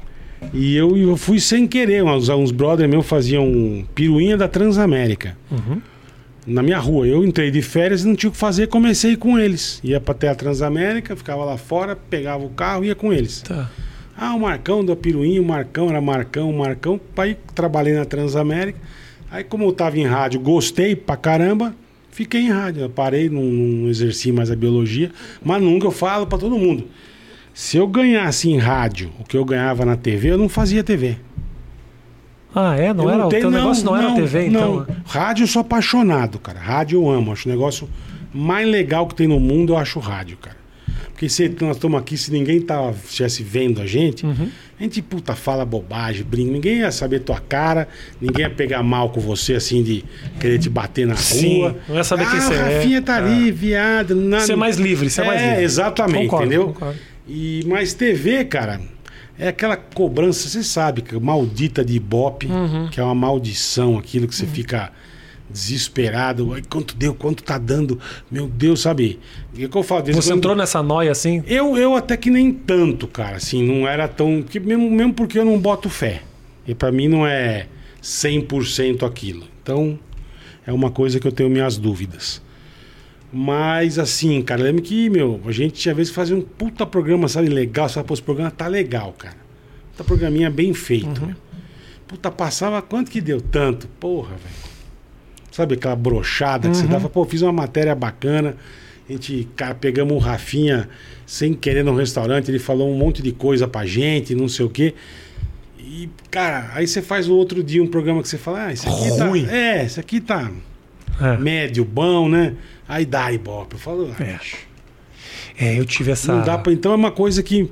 B: E eu, eu fui sem querer. Uns, uns brothers meus faziam piruinha da Transamérica. Na minha rua. Eu entrei de férias e não tinha o que fazer, comecei com eles. Ia pra até a Transamérica, ficava lá fora, pegava o carro e ia com eles.
A: Tá.
B: Ah, o Marcão da Piruinha, o Marcão era Marcão, o Marcão. Aí trabalhei na Transamérica. Aí, como eu tava em rádio, gostei pra caramba, fiquei em rádio. Eu parei, não, não exerci mais a biologia, mas nunca eu falo pra todo mundo. Se eu ganhasse em rádio o que eu ganhava na TV, eu não fazia TV.
A: Ah, é? Não
B: Eu
A: era o
B: tenho-
A: teu negócio não, era TV, então.
B: não. Rádio eu sou apaixonado, cara. Rádio eu amo. Acho o negócio mais legal que tem no mundo, eu acho o rádio, cara. Porque se nós estamos aqui, se ninguém tá, estivesse vendo a gente,
A: Uhum.
B: a gente, puta, fala bobagem, brinca. Ninguém ia saber tua cara, ninguém ia pegar mal com você, assim, de querer te bater na
A: Sim,
B: rua.
A: não ia saber quem
B: ah,
A: você é.
B: o Rafinha tá ali, viado. na- É,
A: Ser mais livre, ser mais livre.
B: exatamente,
A: Concordo,
B: entendeu?
A: concordo.
B: E, mas TV, cara, é aquela cobrança, você sabe, que é maldita de Ibope,
A: Uhum.
B: que é uma maldição, aquilo que você fica desesperado. Ai, quanto deu, quanto tá dando, meu Deus, sabe? E é que eu falo, de vez em
A: Você
B: quando-
A: entrou nessa noia assim?
B: eu, eu até que nem tanto, cara, assim, não era tão. Porque mesmo, mesmo porque eu não boto fé. E pra mim não é 100% aquilo. Então, é uma coisa que eu tenho minhas dúvidas. Mas, assim, cara, lembra que, meu, a gente tinha vezes que fazia um puta programa, sabe, legal, sabe, pô, esse programa tá legal, cara. Puta programinha bem feito, meu. Puta, passava quanto que deu? Tanto. Porra, velho. Sabe aquela brochada que você dava? Pô, fiz uma matéria bacana. A gente, cara, pegamos o Rafinha sem querer num restaurante. Ele falou um monte de coisa pra gente, não sei o quê. E, cara, aí você faz o outro dia um programa que você fala, ah, isso aqui
A: Ruim.
B: tá. É, isso aqui tá
A: É.
B: médio, bom, né? Aí dá ibope. Eu falo, ah,
A: É. É, eu tive essa.
B: não dá pra. Então é uma coisa que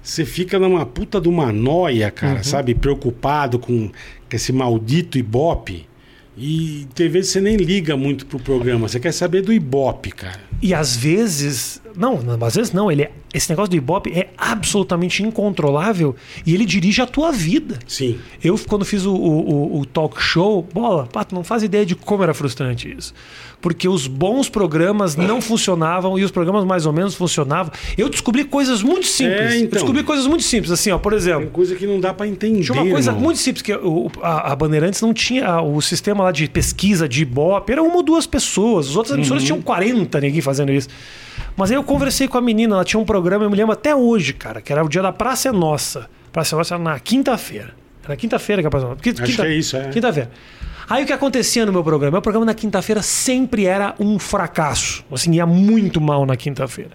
B: você fica numa puta de uma noia, cara,
A: Uhum.
B: sabe? Preocupado com com esse maldito Ibope. E tem vezes que você nem liga muito pro programa. Você quer saber do Ibope, cara.
A: E às vezes. Não, não, às vezes não. Ele é- esse negócio do Ibope é absolutamente incontrolável e ele dirige a tua vida.
B: Sim.
A: Eu, quando fiz o, o- o- o talk show, bola, Pato, não faz ideia de como era frustrante isso. Porque os bons programas não funcionavam e os programas mais ou menos funcionavam. Eu descobri coisas muito simples.
B: É, então.
A: Eu descobri coisas muito simples, assim, ó, por exemplo.
B: Tem É coisa que não dá pra entender.
A: Tinha uma coisa
B: irmão.
A: muito simples, que o- a, a Bandeirantes não tinha a- o sistema
B: Uhum.
A: lá de pesquisa de Ibope, era uma ou duas pessoas. As outras emissoras tinham 40 ninguém fazendo isso. Mas aí eu conversei com a menina, ela tinha um programa, eu me lembro até hoje, cara, que era o dia da Praça é Nossa. Praça é Nossa era na quinta-feira. Era quinta-feira que a Praça é Nossa. Porque
B: Acho
A: quinta-
B: que é isso, é.
A: Quinta-feira. Aí o que acontecia no meu programa? Meu programa na quinta-feira sempre era um fracasso. Assim, ia muito mal na quinta-feira.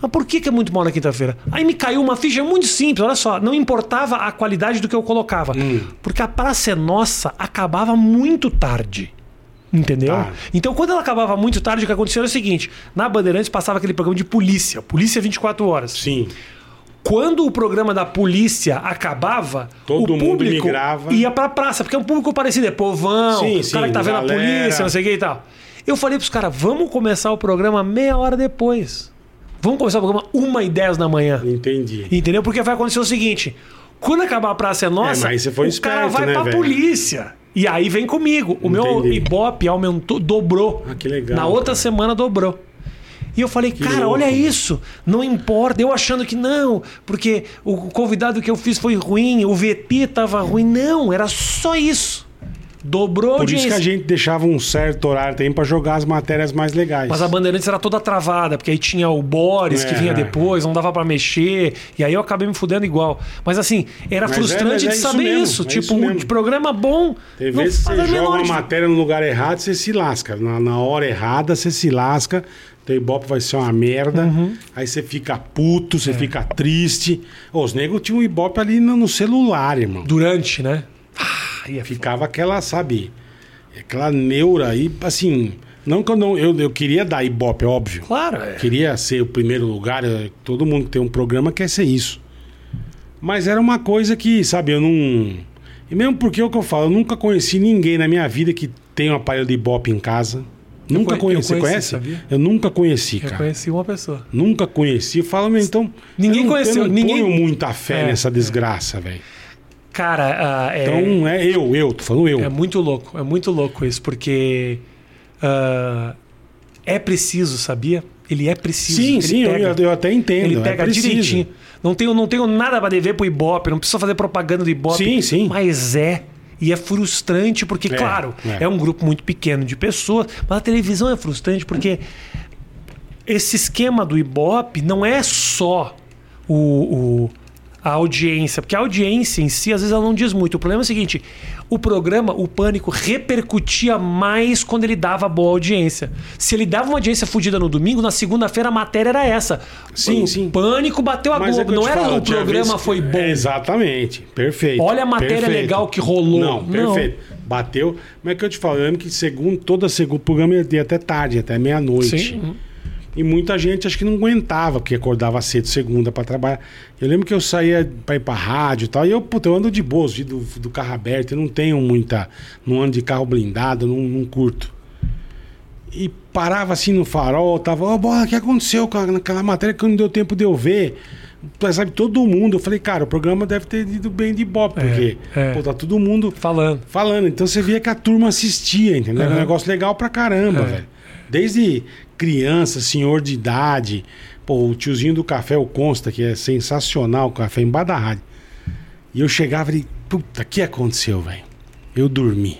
A: Mas por que, que é muito mal na quinta-feira? Aí me caiu uma ficha muito simples, olha só. Não importava a qualidade do que eu colocava. Porque a Praça é Nossa acabava muito tarde. Entendeu?
B: Tá.
A: Então, quando ela acabava muito tarde, o que aconteceu era o seguinte: na Bandeirantes passava aquele programa de polícia, Polícia 24 Horas.
B: Sim.
A: Quando o programa da polícia acabava,
B: Todo
A: o
B: mundo
A: público
B: migrava.
A: ia pra praça, porque é um público parecido, é povão,
B: Sim,
A: o
B: sim,
A: cara que tá vendo a
B: galera.
A: polícia, não sei o que e tal. Eu falei pros caras, vamos começar o programa meia hora depois. Vamos começar o programa uma e dez da manhã.
B: Entendi.
A: Entendeu? Porque vai acontecer o seguinte: quando acabar a praça é nossa,
B: É, mas você foi
A: o
B: esperto,
A: cara vai
B: né,
A: pra
B: velho?
A: polícia. E aí vem comigo. O meu
B: Entendi.
A: Ibope aumentou, dobrou.
B: Ah, que legal,
A: Na outra semana dobrou. E eu falei, cara,
B: louco,
A: olha
B: mano.
A: isso, não importa. Eu achando que não, porque o convidado que eu fiz foi ruim, o VT tava ruim. Não, era só isso. Dobrou a
B: Por isso
A: audiência.
B: que a gente deixava um certo horário também pra jogar as matérias mais legais.
A: Mas a Bandeirantes era toda travada, porque aí tinha o Boris que
B: É.
A: vinha depois, não dava pra mexer, e aí eu acabei me fudendo igual. Mas assim, era
B: Mas é, mas
A: frustrante
B: é
A: de
B: isso
A: saber
B: mesmo,
A: isso.
B: é
A: Tipo,
B: isso
A: um
B: mesmo.
A: programa bom.
B: Tem
A: não
B: vezes que
A: faz
B: você
A: a menor
B: joga uma
A: ideia.
B: matéria no lugar errado, você se lasca. Na, na hora errada, você se lasca. Teu Ibope vai ser uma merda.
A: Uhum.
B: Aí você fica puto,
A: É.
B: você fica triste. Ô, os negros tinham um Ibope ali no, no celular, irmão.
A: Durante, né? Ah, ia ficar.
B: Ficava aquela, sabe? Aquela neura aí, assim. Não que eu não. Eu, eu queria dar Ibope, óbvio.
A: Claro, é.
B: Queria ser o primeiro lugar. eh, Todo mundo que tem um programa quer ser isso. Mas era uma coisa que, sabe, eu não. E mesmo porque é o que eu falo, eu nunca conheci ninguém na minha vida que tem um aparelho de Ibope em casa. Nunca
A: conhe- eu
B: conheci. Você
A: conheci,
B: conhece?
A: sabia?
B: Eu nunca conheci,
A: Eu
B: cara.
A: conheci uma pessoa.
B: Nunca conheci. Eu falo, meu, então.
A: Ninguém
B: eu não-
A: conheceu,
B: Eu não
A: ninguém-
B: ponho muita fé
A: É,
B: nessa desgraça, velho.
A: Cara, ah, é,
B: Então é eu, eu, tô falando eu.
A: é muito louco, é muito louco isso, porque ah, é preciso, sabia? Ele é preciso.
B: sim,
A: ele
B: sim, eu,
A: pega.
B: eu até entendo.
A: Ele
B: é
A: pega
B: preciso.
A: direitinho. Não tenho, não tenho nada pra dever pro Ibope, não preciso fazer propaganda do Ibope.
B: Sim, sim.
A: Mas é. E é frustrante, porque,
B: É,
A: claro,
B: é.
A: é. um grupo muito pequeno de pessoas, mas a televisão é frustrante porque esse esquema do Ibope não é só o. o- a audiência, porque a audiência em si às vezes ela não diz muito. O problema é o seguinte: o programa, o pânico, repercutia mais quando ele dava boa audiência. Se ele dava uma audiência fodida no domingo, na segunda-feira a matéria era essa.
B: Sim,
A: o
B: sim.
A: Pânico bateu a
B: Mas é
A: Globo.
B: que eu
A: não
B: te
A: era
B: falo,
A: o
B: tinha
A: programa
B: vez-
A: foi bom.
B: É, exatamente, perfeito.
A: Olha a matéria
B: perfeito.
A: legal que rolou.
B: Não, perfeito. Bateu. Como é que eu te falo? Eu lembro que segundo, toda segunda, o programa ia ter até tarde, até meia-noite.
A: Sim.
B: E muita gente acho que não aguentava, porque acordava cedo, segunda, pra trabalhar. Eu lembro que eu saía pra ir pra rádio e tal, e eu, puta, eu ando de boas, de- do, do carro aberto, eu não tenho muita. Não ando de carro blindado, não, não curto. E parava assim no farol, tava, ó, bola, o que aconteceu com a- naquela matéria que não deu tempo de eu ver? Sabe, todo mundo. Eu falei, cara, o programa deve ter ido bem de bop, porque
A: é.
B: pô, tá todo mundo
A: Falando.
B: falando. Então você via que a turma assistia, entendeu? Era um
A: Aham.
B: negócio legal pra caramba, velho. Desde criança, senhor de idade, pô, o tiozinho do café, o Consta, que é sensacional, o café em Badarrade. E eu chegava e, puta, o que aconteceu, velho? Eu dormi.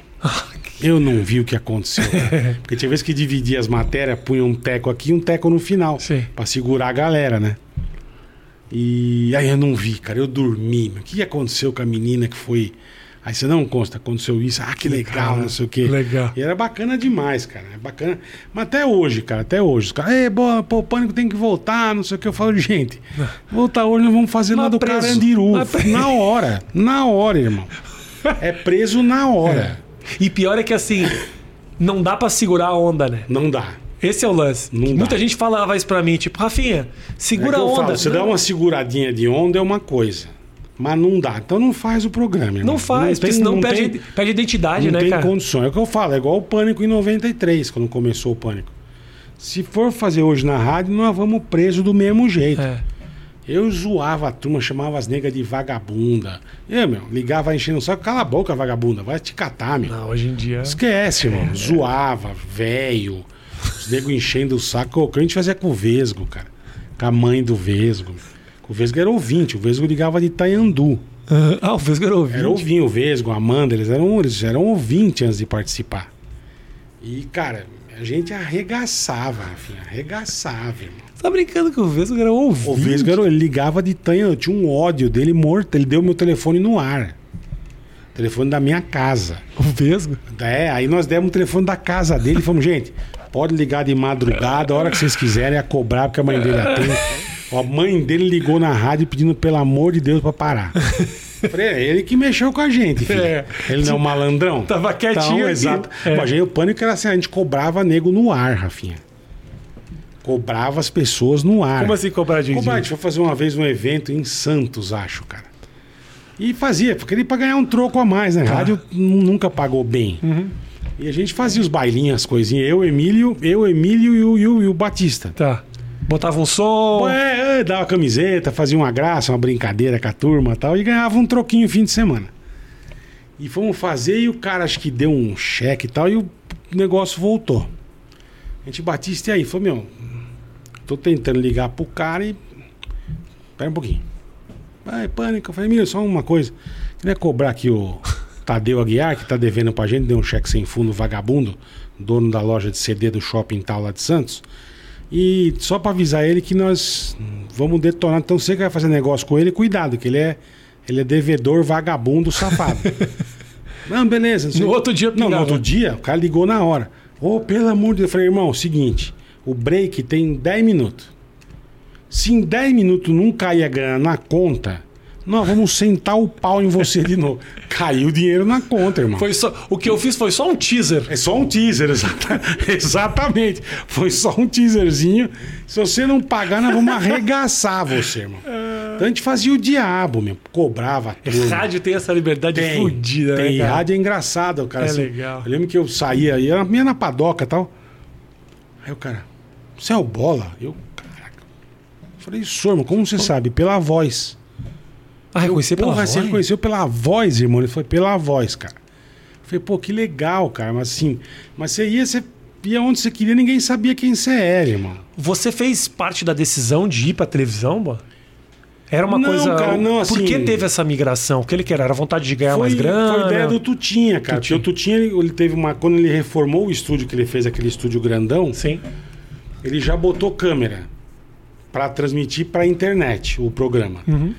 B: Eu não vi o que aconteceu.
A: [LAUGHS]
B: velho. Porque tinha vezes que dividia as matérias, punha um teco aqui e um teco no final.
A: Sim.
B: Pra segurar a galera, né? E aí eu não vi, cara. Eu dormi. meu. O que aconteceu com a menina que foi. Aí você não consta, aconteceu isso. Ah, que legal,
A: legal,
B: não sei o quê.
A: legal.
B: E era bacana demais, cara. É bacana. Mas até hoje, cara, até hoje. Os caras, "Ei, boa, pô, o pânico tem que voltar, não sei o que. Eu
A: [LAUGHS]
B: falo, gente, voltar hoje nós vamos fazer lá
A: Mas
B: do
A: preso.
B: Carandiru.
A: Mas preso.
B: Na hora. Na
A: [LAUGHS]
B: hora, irmão. É preso na hora.
A: E pior é que assim, não dá pra segurar a onda, né?
B: Não dá.
A: Esse é o lance.
B: Não dá.
A: Muita gente falava isso pra mim, tipo, Rafinha,
B: É
A: segura
B: que
A: a
B: eu
A: onda.
B: falo, você dá uma seguradinha de onda é uma coisa. Mas não dá. Então não faz o programa, irmão.
A: Não faz,
B: tem-
A: porque senão
B: não
A: perde,
B: tem-
A: perde identidade,
B: não
A: né,
B: tem
A: cara?
B: condição. É o que eu falo, é igual o pânico em 93, quando começou o pânico. Se for fazer hoje na rádio, nós vamos preso do mesmo jeito.
A: É.
B: Eu zoava a turma, chamava as negas de vagabunda. Eu, meu, ligava enchendo o saco, cala a boca, vagabunda, vai te catar, meu.
A: Não, hoje em dia.
B: Esquece, irmão. Zoava, velho. Os negros enchendo o saco. O que a gente fazia com o Vesgo, cara. Com a mãe do Vesgo. O Vesgo era ouvinte, o Vesgo ligava de Taiandu.
A: [LAUGHS] Ah, o Vesgar ouviu.
B: Era ouvinho, o Vesgo, a Amanda, eles eram, eles eram ouvintes antes de participar. E, cara, a gente arregaçava, Rafinha, arregaçava. irmão.
A: Tá brincando que o Vesgo era ouvido.
B: O Vesgaro, ele ligava de tanho, eu tinha um ódio dele morto, ele deu meu telefone no ar. Telefone da minha casa.
A: O Vesgo?
B: É, aí nós demos o telefone da casa dele e falamos, gente, pode ligar de madrugada, a hora que vocês quiserem, a cobrar, porque a mãe dele atende. Ó, A mãe dele ligou na rádio pedindo, pelo amor de Deus, pra parar. Falei, é ele que mexeu com a gente, filho.
C: É.
B: Ele não é um malandrão.
C: Tava quietinho aqui.
B: exato.
C: É.
B: Pô, a gente- o pânico era assim, a gente cobrava nego no ar, Rafinha. Cobrava as pessoas no ar.
C: Como assim cobrar de
B: Ô, Bart, foi fazer uma vez um evento em Santos, acho, cara. E fazia, porque ele pra ganhar um troco a mais,
C: Tá.
B: né? Rádio nu- nunca pagou bem. E a gente fazia os bailinhos, as coisinhas. Eu, Emílio, eu, Emílio e o, e o- e o Batista.
C: Tá. Botava um som.
B: Pô, é, é, dava camiseta, fazia uma graça, uma brincadeira com a turma e tal, e ganhava um troquinho no fim de semana. E fomos fazer, e o cara acho que deu um cheque e tal, e o negócio voltou. A gente batista e aí, falou, meu, tô tentando ligar pro cara e. Pera um pouquinho. Vai, pânico. Eu falei, menino, só uma coisa. Queria cobrar aqui o Tadeu Aguiar, que tá devendo pra gente, deu um cheque sem fundo, vagabundo, dono da loja de CD do shopping tal lá de Santos. E só pra avisar ele que nós vamos detonar. Então você que vai fazer negócio com ele, cuidado, que ele é, ele é devedor, vagabundo,
C: [LAUGHS]
B: safado. Não, beleza. Não sei
C: No
B: o quê.
C: outro dia
B: Não, no
C: pingava.
B: outro dia, o cara ligou na hora. Ô, pelo amor de Deus. Eu falei, irmão, é seguinte, o break tem 10 minutos. Se em 10 minutos não cair a grana na conta, nós vamos sentar o pau em você de novo. [LAUGHS] Caiu o dinheiro na conta, irmão.
A: Foi só, o que eu fiz foi só um teaser.
B: É só um teaser, [LAUGHS] exata- exatamente. Foi só um teaserzinho. Se você não pagar, nós vamos arregaçar você, irmão. Então a gente fazia o diabo, meu. Cobrava a turma.
A: Rádio tem essa liberdade fodida, né,
B: Tem,
A: cara?
B: rádio é engraçado, cara.
A: É legal.
B: Eu lembro que eu saía, e era minha na padoca e tal. Aí o cara, você é o bola? Eu, caraca. Eu Falei, sou, irmão, como você sabe? Pela voz.
A: Ah, reconhecer pela
B: Porra,
A: voz.
B: você reconheceu pela voz, irmão? Ele foi pela voz, cara. Eu Falei, pô, que legal, cara. Mas assim, mas você ia, você ia onde você queria, ninguém sabia quem você era, irmão.
A: Você fez parte da decisão de ir pra televisão, Bo? Era uma
B: Não,
A: coisa.
B: cara, não,
A: Por
B: assim-
A: que teve essa migração? Porque ele que era? Era vontade de ganhar mais É, grana? né?
B: Foi ideia do Tutinha, cara. Porque o Tutinha, ele, ele teve uma. Quando ele reformou o estúdio que ele fez, aquele estúdio grandão,
A: Sim.
B: ele já botou câmera pra transmitir pra internet o programa.
A: Uhum.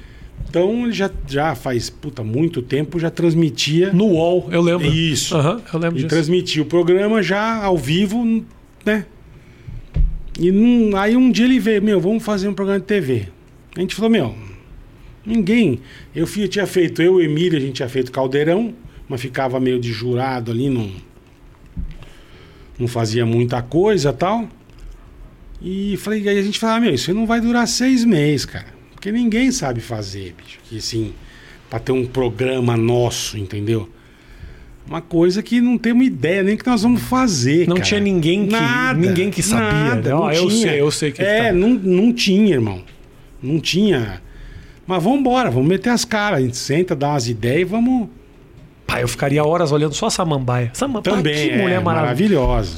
B: Então ele já, já faz puta, muito tempo já transmitia
A: No UOL, eu lembro.
B: isso.
A: Aham, eu lembro
B: E
A: disso.
B: transmitia o programa já ao vivo, né? E num- aí um dia ele veio, meu, vamos fazer um programa de TV. A gente falou, meu, ninguém. Eu, fi- eu tinha feito, eu e Emília, a gente tinha feito caldeirão, mas ficava meio de jurado ali, não, não fazia muita coisa tal. E falei, aí a gente falava, "Ah, meu, isso aí não vai durar seis meses, cara. Porque ninguém sabe fazer, bicho. Que assim, pra ter um programa nosso, entendeu? Uma coisa que não temos ideia nem que nós vamos fazer.
A: Não
B: cara.
A: tinha ninguém que- ninguém que sabia, né?
B: não
A: Ah, eu
B: tinha.
A: sei, eu sei que
B: É,
A: tá.
B: não, não tinha, irmão. Não tinha. Mas vamos embora, vamos meter as caras. A gente senta, dá umas ideias e vamos.
A: Pai, eu ficaria horas olhando só a Samambaia. Samambaia,
B: Também.
A: que mulher
B: é,
A: maravilhosa.
B: maravilhosa.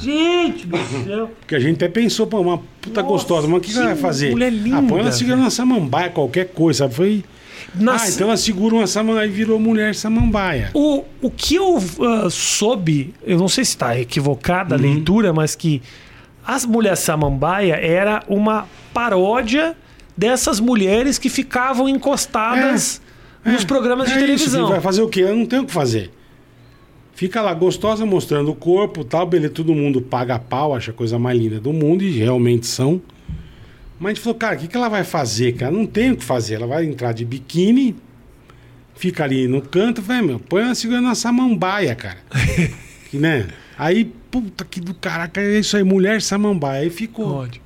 A: Gente do céu.
B: Porque a gente até pensou, pô, uma puta gostosa, mas o que,
A: que
B: ela vai fazer?
A: mulher linda,
B: ah, põe ela segurando uma samambaia, qualquer coisa, sabe? Foi. [LAUGHS] Ah,
A: Nas-
B: então ela segura uma samambaia e virou mulher samambaia.
A: o, o que eu ah, soube, eu não sei se está equivocada
B: Uhum.
A: a leitura, mas que as mulheres samambaia era uma paródia dessas mulheres que ficavam encostadas nos programas de
B: É isso,
A: televisão.
B: filho, vai fazer o quê? Eu não tenho o que fazer. Fica lá gostosa mostrando o corpo, tal, beleza, todo mundo paga pau, acha a coisa mais linda do mundo e realmente são. Mas a gente falou, cara, o que, que ela vai fazer, cara? Não tem o que fazer. Ela vai entrar de biquíni, fica ali no canto, vai, meu, põe ela segurando uma samambaia,
A: [LAUGHS]
B: cara. que, né? Aí, puta que do caraca, é isso aí, mulher samambaia. Aí ficou.
A: Ódio.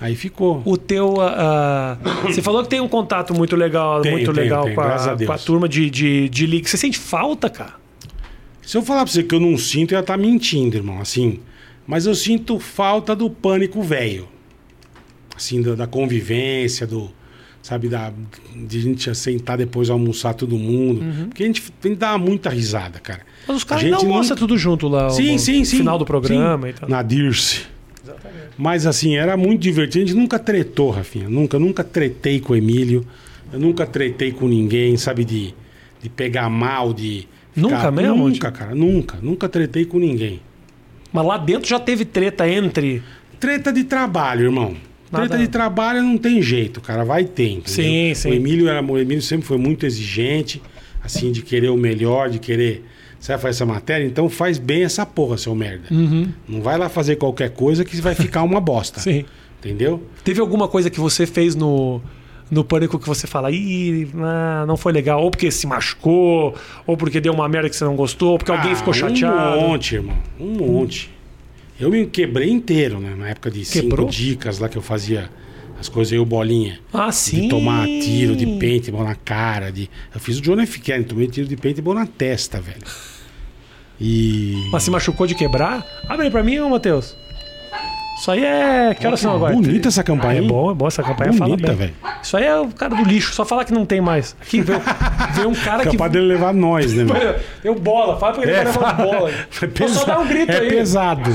B: Aí ficou.
A: O teu. ah, ah, você falou que tem um contato muito legal,
B: Tenho,
A: muito
B: tenho,
A: legal
B: tenho,
A: com,
B: graças a
A: a,
B: Deus.
A: com a turma de, de, de Leak. Você sente falta, cara?
B: Se eu falar pra você que eu não sinto, eu ia tá mentindo, irmão, assim. Mas eu sinto falta do pânico velho. Assim, da, da convivência, do. Sabe, da, de a gente sentar depois almoçar todo mundo. Porque a gente tem que dar muita risada, cara.
A: Mas os
B: A
A: caras
B: gente
A: ainda almoçam tudo junto lá
B: Sim,
A: no
B: sim, sim.
A: final do programa
B: Sim.
A: e tal.
B: Na Dirce. Mas assim, era muito divertido. A gente nunca tretou, Rafinha. Nunca, nunca tretei com o Emílio. Eu nunca tretei com ninguém, sabe? De, de pegar mal, de.
A: Nunca mesmo?
B: Nunca, cara. Nunca. Nunca tretei com ninguém.
A: Mas lá dentro já teve treta entre.
B: Treta de trabalho, irmão.
A: Nada-
B: Treta de trabalho não tem jeito, cara. Vai ter. entendeu?
A: Sim, sim.
B: O Emílio, era, o Emílio sempre foi muito exigente, assim, de querer o melhor, de querer. Você vai fazer essa matéria, então faz bem essa porra, seu merda. Não vai lá fazer qualquer coisa que vai ficar uma bosta.
A: Uhum. [LAUGHS] Sim.
B: Entendeu?
A: Teve alguma coisa que você fez no, no pânico que você fala, ih, ah, não foi legal, ou porque se machucou, ou porque deu uma merda que você não gostou, ou porque alguém
B: Ah,
A: ficou chateado.
B: Um monte, irmão. Um monte. Eu me quebrei inteiro, né? Na época de
A: Quebrou?
B: cinco dicas lá que eu fazia as coisas, eu bolinha.
A: Ah, sim.
B: De tomar tiro de paintball na cara. De... Eu fiz o John F. Kennedy, tomei tiro de paintball na testa, velho. E.
A: Mas se machucou de quebrar? Abre aí pra mim, ô Matheus. Isso aí é. Que horas são agora?
B: Bonita essa
A: Ah,
B: campanha,
A: é
B: hein?
A: bom, é bom essa campanha fala
B: Bonita,
A: bem.
B: velho.
A: Isso aí é o cara do lixo, só falar que não tem mais. Aqui veio, veio um cara que. [LAUGHS]
B: Capaz dele levar nós, né, velho?
A: Eu bola, fala pra ele é, levar
B: [LAUGHS]
A: bola.
B: É
A: Então Só dá um grito
B: é
A: aí.
B: pesado.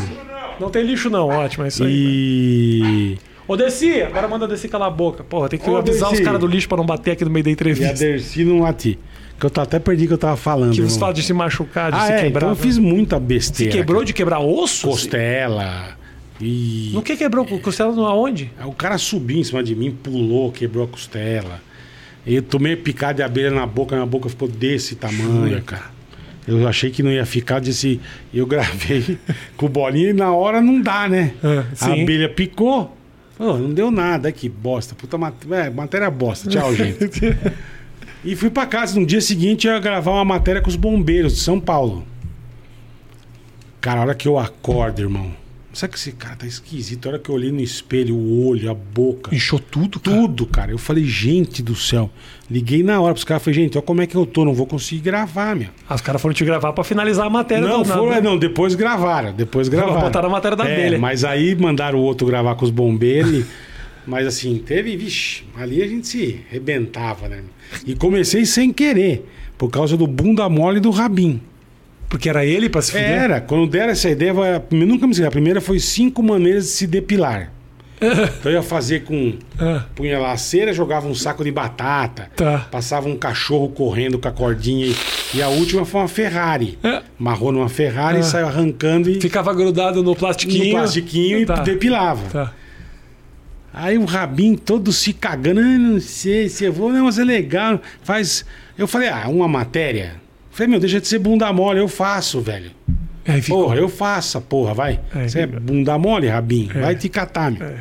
A: Não tem lixo, não, ótimo, é isso aí.
B: E.
A: Ô, Desci, agora manda Desci calar a boca. Porra, tem que
B: Ô,
A: avisar
B: Desci.
A: os caras do lixo pra não bater aqui no meio da
B: E a
A: entrevista.
B: Dercy não lati. Que eu tava- até perdi o que eu tava falando.
A: Que você
B: irmão.
A: fala de se machucar, de
B: ah,
A: se
B: é,
A: quebrar. né?
B: então eu fiz muita besteira.
A: Quebrou de quebrar osso?
B: costela. E
A: No que quebrou? Costela no aonde?
B: o cara subiu em cima de mim, pulou, quebrou a costela. Eu tomei picada de abelha na boca, minha boca ficou desse tamanho, cara. Eu achei que não ia ficar desse. Eu gravei [LAUGHS] com o bolinho e na hora não dá, né?
A: Ah,
B: a
A: sim.
B: abelha picou. Pô, não deu nada, que bosta. Puta mat... é, matéria
A: [LAUGHS]
B: bosta. Tchau, gente. e fui pra casa. No dia seguinte eu ia gravar uma matéria com os bombeiros de São Paulo. Cara, a hora que eu acordo, irmão. Sabe que esse cara tá esquisito? A hora que eu olhei no espelho, o olho, a boca.
A: Inchou tudo,
B: Tudo, cara. Eu falei, gente do céu. Liguei na hora pros caras. Falei, gente, olha como é que eu tô. Não vou conseguir gravar, meu.
A: Ah, os caras foram te gravar pra finalizar a matéria
B: Não,
A: do nada.
B: foi, não, depois gravaram. Depois gravaram.
A: Botaram a matéria da
B: é,
A: abelha.
B: Mas aí mandaram o outro gravar com os bombeiros. e- mas assim, teve, vixe, ali a gente se arrebentava, né? E comecei sem querer, por causa do bunda mole do Rabin.
A: Porque era ele pra se fuder?
B: Era, quando deram essa ideia, vai- nunca me esqueci. A primeira foi cinco maneiras de se depilar.
A: [LAUGHS]
B: Então eu ia fazer com.
A: Ah,
B: Punha lá a cera, jogava um saco de batata.
A: Tá.
B: Passava um cachorro correndo com a cordinha. E, e a última foi uma Ferrari.
A: É.
B: Amarrou numa Ferrari,
A: Ah.
B: saiu arrancando e
A: Ficava grudado no plastiquinho.
B: no plastiquinho
A: Tá,
B: e depilava.
A: tá.
B: Aí o Rabin todo se cagando, "Ah, não sei se eu vou, não, mas é legal. Faz. Eu falei, ah, uma matéria? Falei, meu, deixa de ser bunda mole, eu faço, velho.
A: Aí É, ficou.
B: Porra, eu faço, porra, vai.
A: É,
B: Você é
A: fica- É.
B: bunda mole, Rabin? Vai te catar, meu.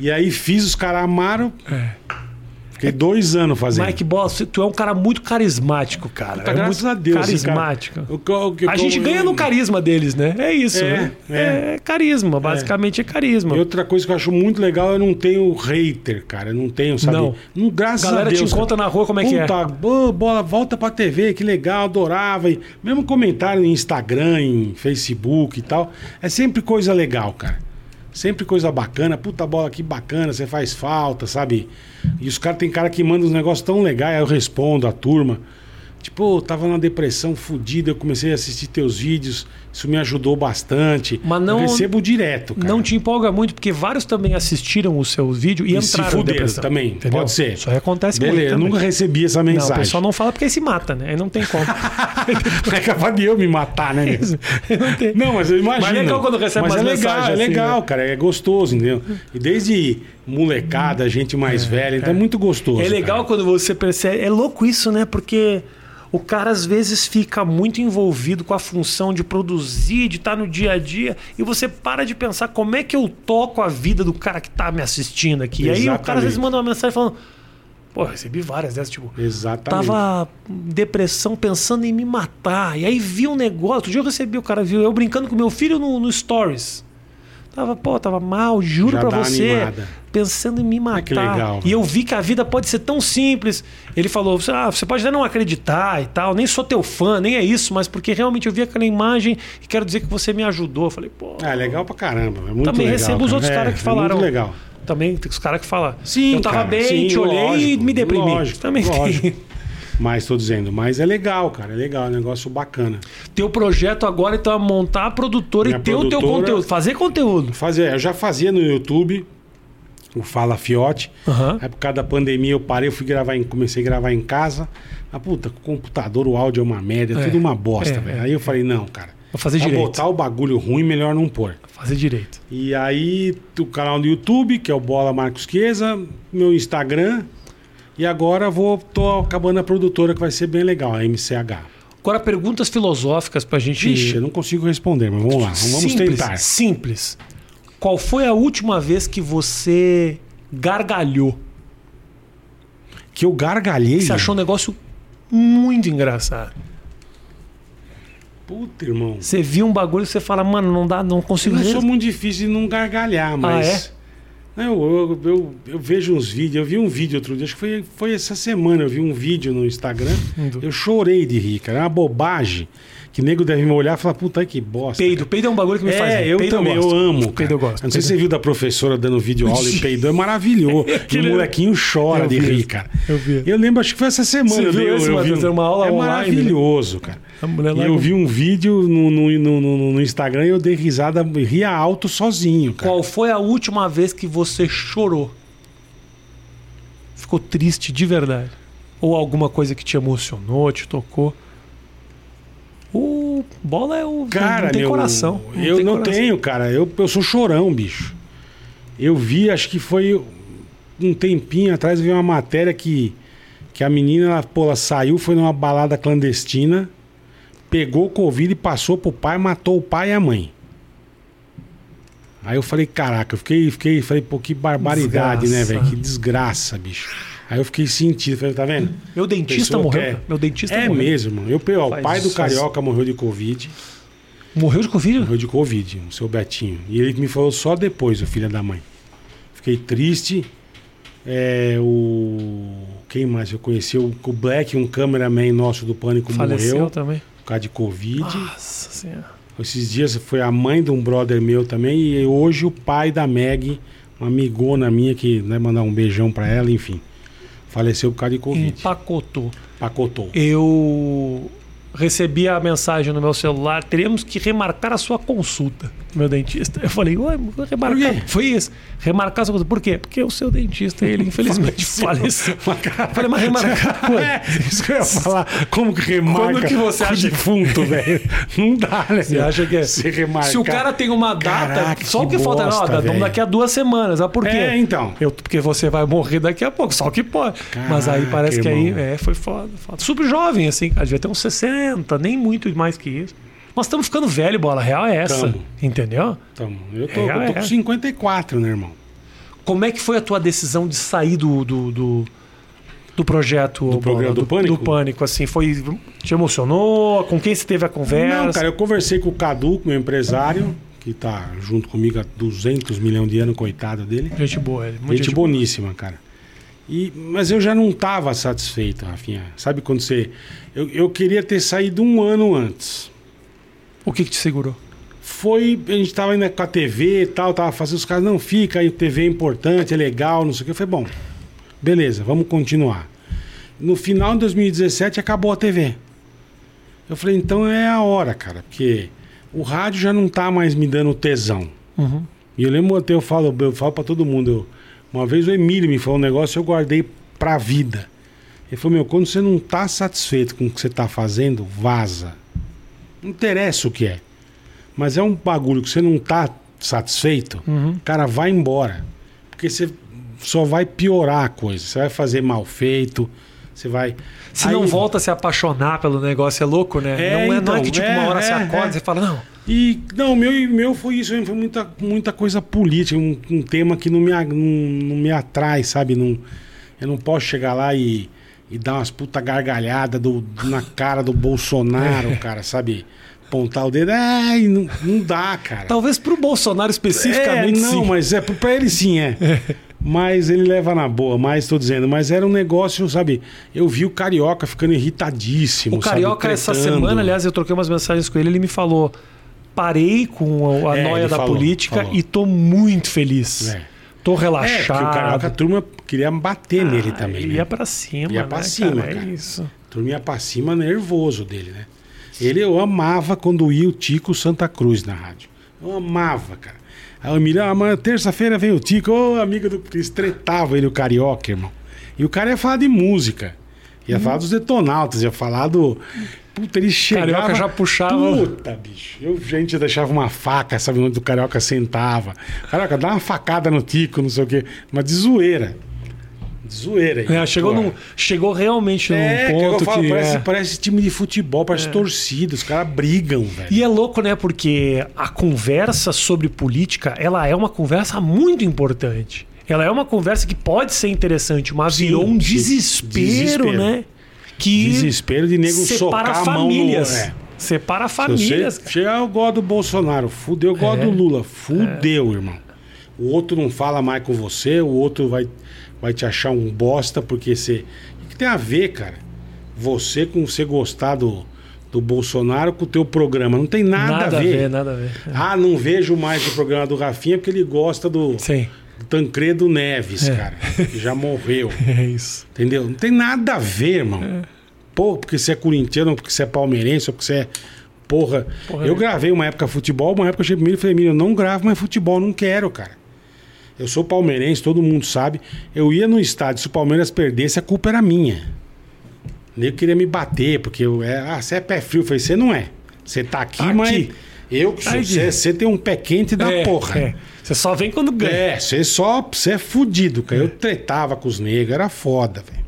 B: E aí fiz, os caras amaram.
A: É.
B: Fiquei dois anos fazendo.
A: Mike Boss, tu é um cara muito carismático, cara.
B: Puta,
A: é
B: graças
A: muito
B: a Deus. esse cara-
A: Carismático.
B: O que- o que-
A: A gente
B: eu-
A: ganha no carisma deles, né? É isso,
B: É,
A: né?
B: é.
A: É, carisma, basicamente é, carisma.
B: E outra coisa que eu acho muito legal, eu não tenho hater, cara. Eu não tenho, sabe?
A: Não.
B: graças
A: Galera
B: a
A: te
B: Deus.
A: encontra na rua, como é que é?
B: Puta, ô, bola, volta pra TV, que legal, adorava. E mesmo comentário em Instagram, em Facebook e tal. É sempre coisa legal, cara. Sempre coisa bacana. Puta bola, que bacana, você faz falta, sabe? E os caras, tem cara que manda uns negócios tão legais, aí eu respondo a turma. Tipo, "Ô, eu tava numa depressão fodida, eu comecei a assistir teus vídeos, isso me ajudou bastante.
A: Mas não-
B: eu recebo direto, cara.
A: Não te empolga muito, porque vários também assistiram o seu vídeo e,
B: E se
A: entraram em
B: fuderam
A: depressão,
B: também,
A: entendeu?
B: pode ser.
A: Isso aí acontece
B: Beleza, eu
A: muito.
B: nunca
A: também.
B: recebi essa
A: Não, o
B: mensagem. [LAUGHS]
A: pessoal não fala porque aí se mata, né? Aí não tem como.
B: Não é capaz de eu me matar, né? meu?
A: não tem.
B: Não, mas eu imagino.
A: Mas é legal quando recebe
B: Mas
A: umas
B: é legal,
A: mensagens
B: é
A: assim,
B: legal, cara. É gostoso, entendeu? E desde molecada, gente mais velha, então é muito gostoso.
A: É legal
B: cara.
A: quando você percebe. É louco isso, né? Porque o cara às vezes fica muito envolvido com a função de produzir, de estar no dia a dia, e você para de pensar como é que eu toco a vida do cara que tá me assistindo aqui. E aí o cara às vezes
B: Exatamente.
A: manda uma mensagem falando. Pô, eu recebi várias dessas, tipo.
B: Exatamente.
A: Tava em depressão, pensando em me matar. E aí vi um negócio. Outro dia eu recebi, o cara viu eu brincando com meu filho no, no Stories. Tava, pô, tava mal, juro
B: Já
A: pra
B: dá uma
A: você.
B: animada.
A: Pensando em me matar.
B: que legal,
A: e
B: né?
A: eu vi que a vida pode ser tão simples. Ele falou: ah, você pode até não acreditar e tal, nem sou teu fã, nem é isso, mas porque realmente eu vi aquela imagem e quero dizer que você me ajudou. Eu falei, pô.
B: Ah, é legal pra caramba. É muito
A: Também
B: legal,
A: recebo os
B: cara.
A: outros
B: É,
A: caras que
B: é
A: falaram.
B: muito legal.
A: Também tem os caras que falam.
B: Sim,
A: eu tava
B: cara,
A: bem,
B: sim,
A: te olhei e
B: lógico,
A: me deprimi.
B: Lógico,
A: Também tem.
B: lógico. Mas tô dizendo, mas é legal, cara. É legal, é um negócio bacana.
A: Teu projeto agora então é montar a produtora
B: Minha
A: e ter o teu
B: produtora-
A: conteúdo, fazer conteúdo.
B: Fazer, eu já fazia no YouTube o Fala Fiote.
A: Aham.
B: Aí por causa da pandemia eu parei, eu fui gravar em, comecei a gravar em casa. Ah, puta, o computador, o áudio é uma merda, é tudo uma bosta,
A: é,
B: velho. Aí eu falei, não, cara,
A: Vou fazer
B: Pra
A: direito.
B: É botar o bagulho ruim, melhor não pôr.
A: Vou fazer direito.
B: E aí, o canal do YouTube, que é o Bola Marcos Queza, meu Instagram. E agora vou, tô acabando a produtora, que vai ser bem legal, a MCH.
A: Agora, perguntas filosóficas pra gente.
B: Ixi, eu não consigo responder, mas vamos lá, vamos
A: simples,
B: tentar.
A: Simples. Qual foi a última vez que você gargalhou?
B: Que eu gargalhei.
A: Que você achou um negócio muito engraçado.
B: Puta, irmão.
A: Você viu um bagulho e você fala, mano, não dá, não consigo.
B: Eu
A: res-
B: sou muito difícil de não
A: Ah,
B: gargalhar,
A: é?
B: mas. Eu, eu, eu, eu vejo uns vídeos, eu vi um vídeo outro dia, acho que foi, foi essa semana, eu vi um vídeo no Instagram, eu chorei de rir, cara. É uma bobagem que nego deve me olhar e falar, puta que bosta.
A: Peido. Peido é um bagulho que me
B: É,
A: faz. rir.
B: eu
A: Peido
B: também, eu,
A: gosto.
B: amo. Cara.
A: Peido eu gosto.
B: Não sei se você
A: Peido-
B: viu da professora dando vídeo aula e peidou,
A: [LAUGHS]
B: é maravilhoso. e o
A: Aquele-
B: molequinho chora
A: Eu
B: de
A: vi.
B: rir, cara.
A: Eu vi.
B: Eu lembro, acho que foi essa semana.
A: Você
B: eu
A: viu
B: eu,
A: esse,
B: eu
A: Matheus?
B: um-
A: Era uma aula
B: É
A: online, né?
B: maravilhoso, cara.
A: A mulher
B: E
A: lá-
B: eu vi um vídeo no, no, no, no- no Instagram e eu dei risada, ria alto sozinho, cara.
A: Qual foi a última vez que você chorou? Ficou triste de verdade? Ou alguma coisa que te emocionou, te tocou? O bola é o
B: Cara,
A: não tem
B: meu,
A: coração.
B: eu
A: tem
B: não
A: coração.
B: tenho, cara. Eu, eu sou chorão, bicho. Eu vi, acho que foi um tempinho atrás, eu vi uma matéria que, que a menina, ela, pô, ela saiu, foi numa balada clandestina, pegou Covid e passou pro pai, matou o pai e a mãe. Aí eu falei, caraca, eu fiquei, fiquei, falei, pô, que barbaridade, né,
A: Desgraça.
B: velho? Que desgraça, bicho. Aí eu fiquei sentido, falei, tá vendo?
A: Meu dentista
B: Pessoa
A: morreu.
B: quer.
A: cara. Meu dentista
B: É
A: morreu.
B: mesmo, mano. Eu, ó, o
A: tá Faz-
B: pai do
A: faz-
B: carioca morreu de Covid.
A: Morreu de Covid?
B: Morreu de Covid, o seu Betinho. E ele me falou só depois, o filho da mãe. Fiquei triste. É, o. Quem mais eu conheci? O, o Black, um cameraman nosso do Pânico,
A: Faleceu
B: morreu
A: também.
B: por causa de Covid.
A: Nossa senhora.
B: Esses dias foi a mãe de um brother meu também. E hoje o pai da Meg, uma amigona minha, que né, mandar um beijão pra ela, enfim. Faleceu por causa de Covid.
A: Empacotou.
B: Pacotou.
A: Eu recebi a mensagem no meu celular: teremos que remarcar a sua consulta, meu dentista. Eu falei: ué, vou remarcar.
B: Por quê?
A: Foi isso. Remarcar a sua consulta. Por quê? Porque o seu dentista,
B: [LAUGHS]
A: ele infelizmente faleceu. Eu falei: mas remarcar. Ué,
B: É, isso que eu ia falar. Como que remarca
A: Quando que você
B: com
A: acha-
B: defunto, velho? Não dá, né?
A: Você acha que é?
B: Se remarcar...
A: Se o cara tá- tem uma data,
B: Caraca,
A: só o
B: que
A: que falta, é não,
B: bosta,
A: ó,
B: velho.
A: vamos daqui a duas semanas. Ah, por quê?
B: É, então.
A: Eu, porque você vai morrer daqui a pouco, só o que pode. Mas aí
B: Caraca,
A: parece que aí
B: irmão.
A: é, foi foda, foda. Super jovem, assim, cara, devia ter uns 60, nem muito mais que isso. Nós estamos ficando velho, bola a real é essa.
B: Tamo.
A: Entendeu?
B: Então, eu tô,
A: É,
B: eu tô
A: é.
B: com 54, né, irmão?
A: Como é que foi a tua decisão de sair do. do, do do projeto Bola,
B: programa do Pânico?
A: do pânico assim foi te emocionou com quem você teve a conversa
B: Não, cara, eu conversei com o Cadu, meu empresário, que tá junto comigo há 200 milhões de anos, coitado dele.
A: gente boa ele muito
B: gente, boníssima, cara. E, mas eu já não estava satisfeito, Rafinha. Sabe quando você... Eu, eu queria ter saído um ano antes.
A: o que que te segurou
B: Foi, a gente tava ainda com a TV e tal, tava fazendo os caras, não, fica aí, TV é importante, é legal, não sei o que. Eu falei, bom, beleza, vamos continuar. No final de 2017 acabou a TV. Eu falei, então é a hora, cara, porque o rádio já não tá mais me dando tesão.
A: Uhum.
B: E eu lembro até, eu falo, eu falo pra todo mundo, eu- uma vez o Emílio me falou um negócio eu guardei pra vida. Ele falou, meu, quando você não tá satisfeito com o que você tá fazendo, vaza. Não interessa o que é. Mas é um bagulho que você não tá satisfeito,
A: Uhum.
B: cara, vai embora. Porque você só vai piorar a coisa. Você vai fazer mal feito, você vai.
A: Se
B: Aí-
A: não volta a se apaixonar pelo negócio, é louco, né?
B: É,
A: não, é, não é
B: então,
A: que tipo,
B: é,
A: uma hora você
B: é,
A: acorda
B: é.
A: e você fala, não,
B: E não, meu meu foi isso, mesmo, foi muita, muita coisa política, um, um tema que não me, a- não, não me atrai, sabe? Não, eu não posso chegar lá e, e dar umas puta gargalhada do, na cara
A: [LAUGHS]
B: do
A: É.
B: Bolsonaro, cara, sabe? Pontar o dedo, ai, não, não dá, cara.
A: talvez pro Bolsonaro especificamente
B: É, não,
A: Tá sim.
B: mas é pra ele sim, é. Mas ele leva na boa, mas tô dizendo, mas era um negócio, sabe? Eu vi o Carioca ficando irritadíssimo.
A: O Carioca,
B: sabe?
A: essa
B: Tretando.
A: semana, aliás, eu troquei umas mensagens com ele, ele me falou, parei com a, a
B: É,
A: noia
B: ele
A: da
B: falou,
A: política
B: falou.
A: e tô muito feliz.
B: É.
A: Tô
B: É, porque o Carioca, a
A: relaxado.
B: turma queria bater nele também.
A: Ah, Ele
B: né?
A: ia pra cima,
B: Ia pra
A: né,
B: cima,
A: cara?
B: cara.
A: É isso.
B: Turminha pra cima, nervoso dele, né? Ele eu amava quando ia o Tico Santa Cruz na rádio. Eu amava, cara. Aí o Emílio, ah, mas terça-feira vem o Tico, ô amigo do Cris, tretava ele, o carioca, irmão. E o cara ia falar de música. Ia falar dos detonautas, ia falar do. Puta, ele chegava.
A: Carioca já puxava.
B: Puta, bicho. Eu, gente, eu deixava uma faca, sabe onde o carioca sentava. Carioca, dá uma facada no tico, não sei o quê. Mas de zoeira. De zoeira.
A: É, chegou,
B: Pô.
A: num, chegou realmente
B: É, que
A: num
B: é o
A: ponto
B: que eu falo,
A: que.
B: parece,
A: é.
B: parece time de futebol, parece torcida, os caras brigam, velho.
A: E é louco, né? Porque a conversa sobre política, ela é uma conversa muito importante. Ela é uma conversa que pode ser interessante, mas
B: Sim,
A: virou um
B: sim.
A: desespero,
B: Desespero.
A: né? Que
B: Desespero de nego
A: separa
B: socar a mão no.
A: famílias.
B: É.
A: Separa
B: Famílias,
A: famílias.
B: você chegar, eu gosto do Bolsonaro, fudeu, eu gosto
A: É.
B: do Lula, fudeu, irmão. O outro não fala mais com você, o outro vai, vai te achar um bosta, porque você. O que tem a ver, cara? Você com você gostar do, do Bolsonaro com o teu programa. Não tem nada, a ver.
A: nada a ver. né?
B: Ah, não vejo mais o programa do Rafinha porque ele gosta do
A: Sim,
B: Tancredo Neves, cara. Que já morreu.
A: é isso.
B: Entendeu? Não tem nada a ver, irmão. Pô, porque você é corintiano, porque você é palmeirense, ou porque você é. Porra.
A: Porra,
B: eu
A: né?
B: gravei uma época futebol, uma época eu cheguei primeiro e falei, "Mira, eu não gravo mais futebol, não quero, cara. Eu sou palmeirense, todo mundo sabe. Eu ia no estádio, se o Palmeiras perdesse, a culpa era minha. Nem queria me bater, porque eu é. Ah, você é pé frio. Eu falei, você não é. Você tá aqui,
A: Tá
B: mas.
A: aqui.
B: Eu que sou.
A: Aqui.
B: Você você tem um pé quente da
A: É,
B: porra.
A: é. Você só vem quando ganha.
B: É, você só. Você é fudido, cara. Eu tretava com os negros, era foda, velho.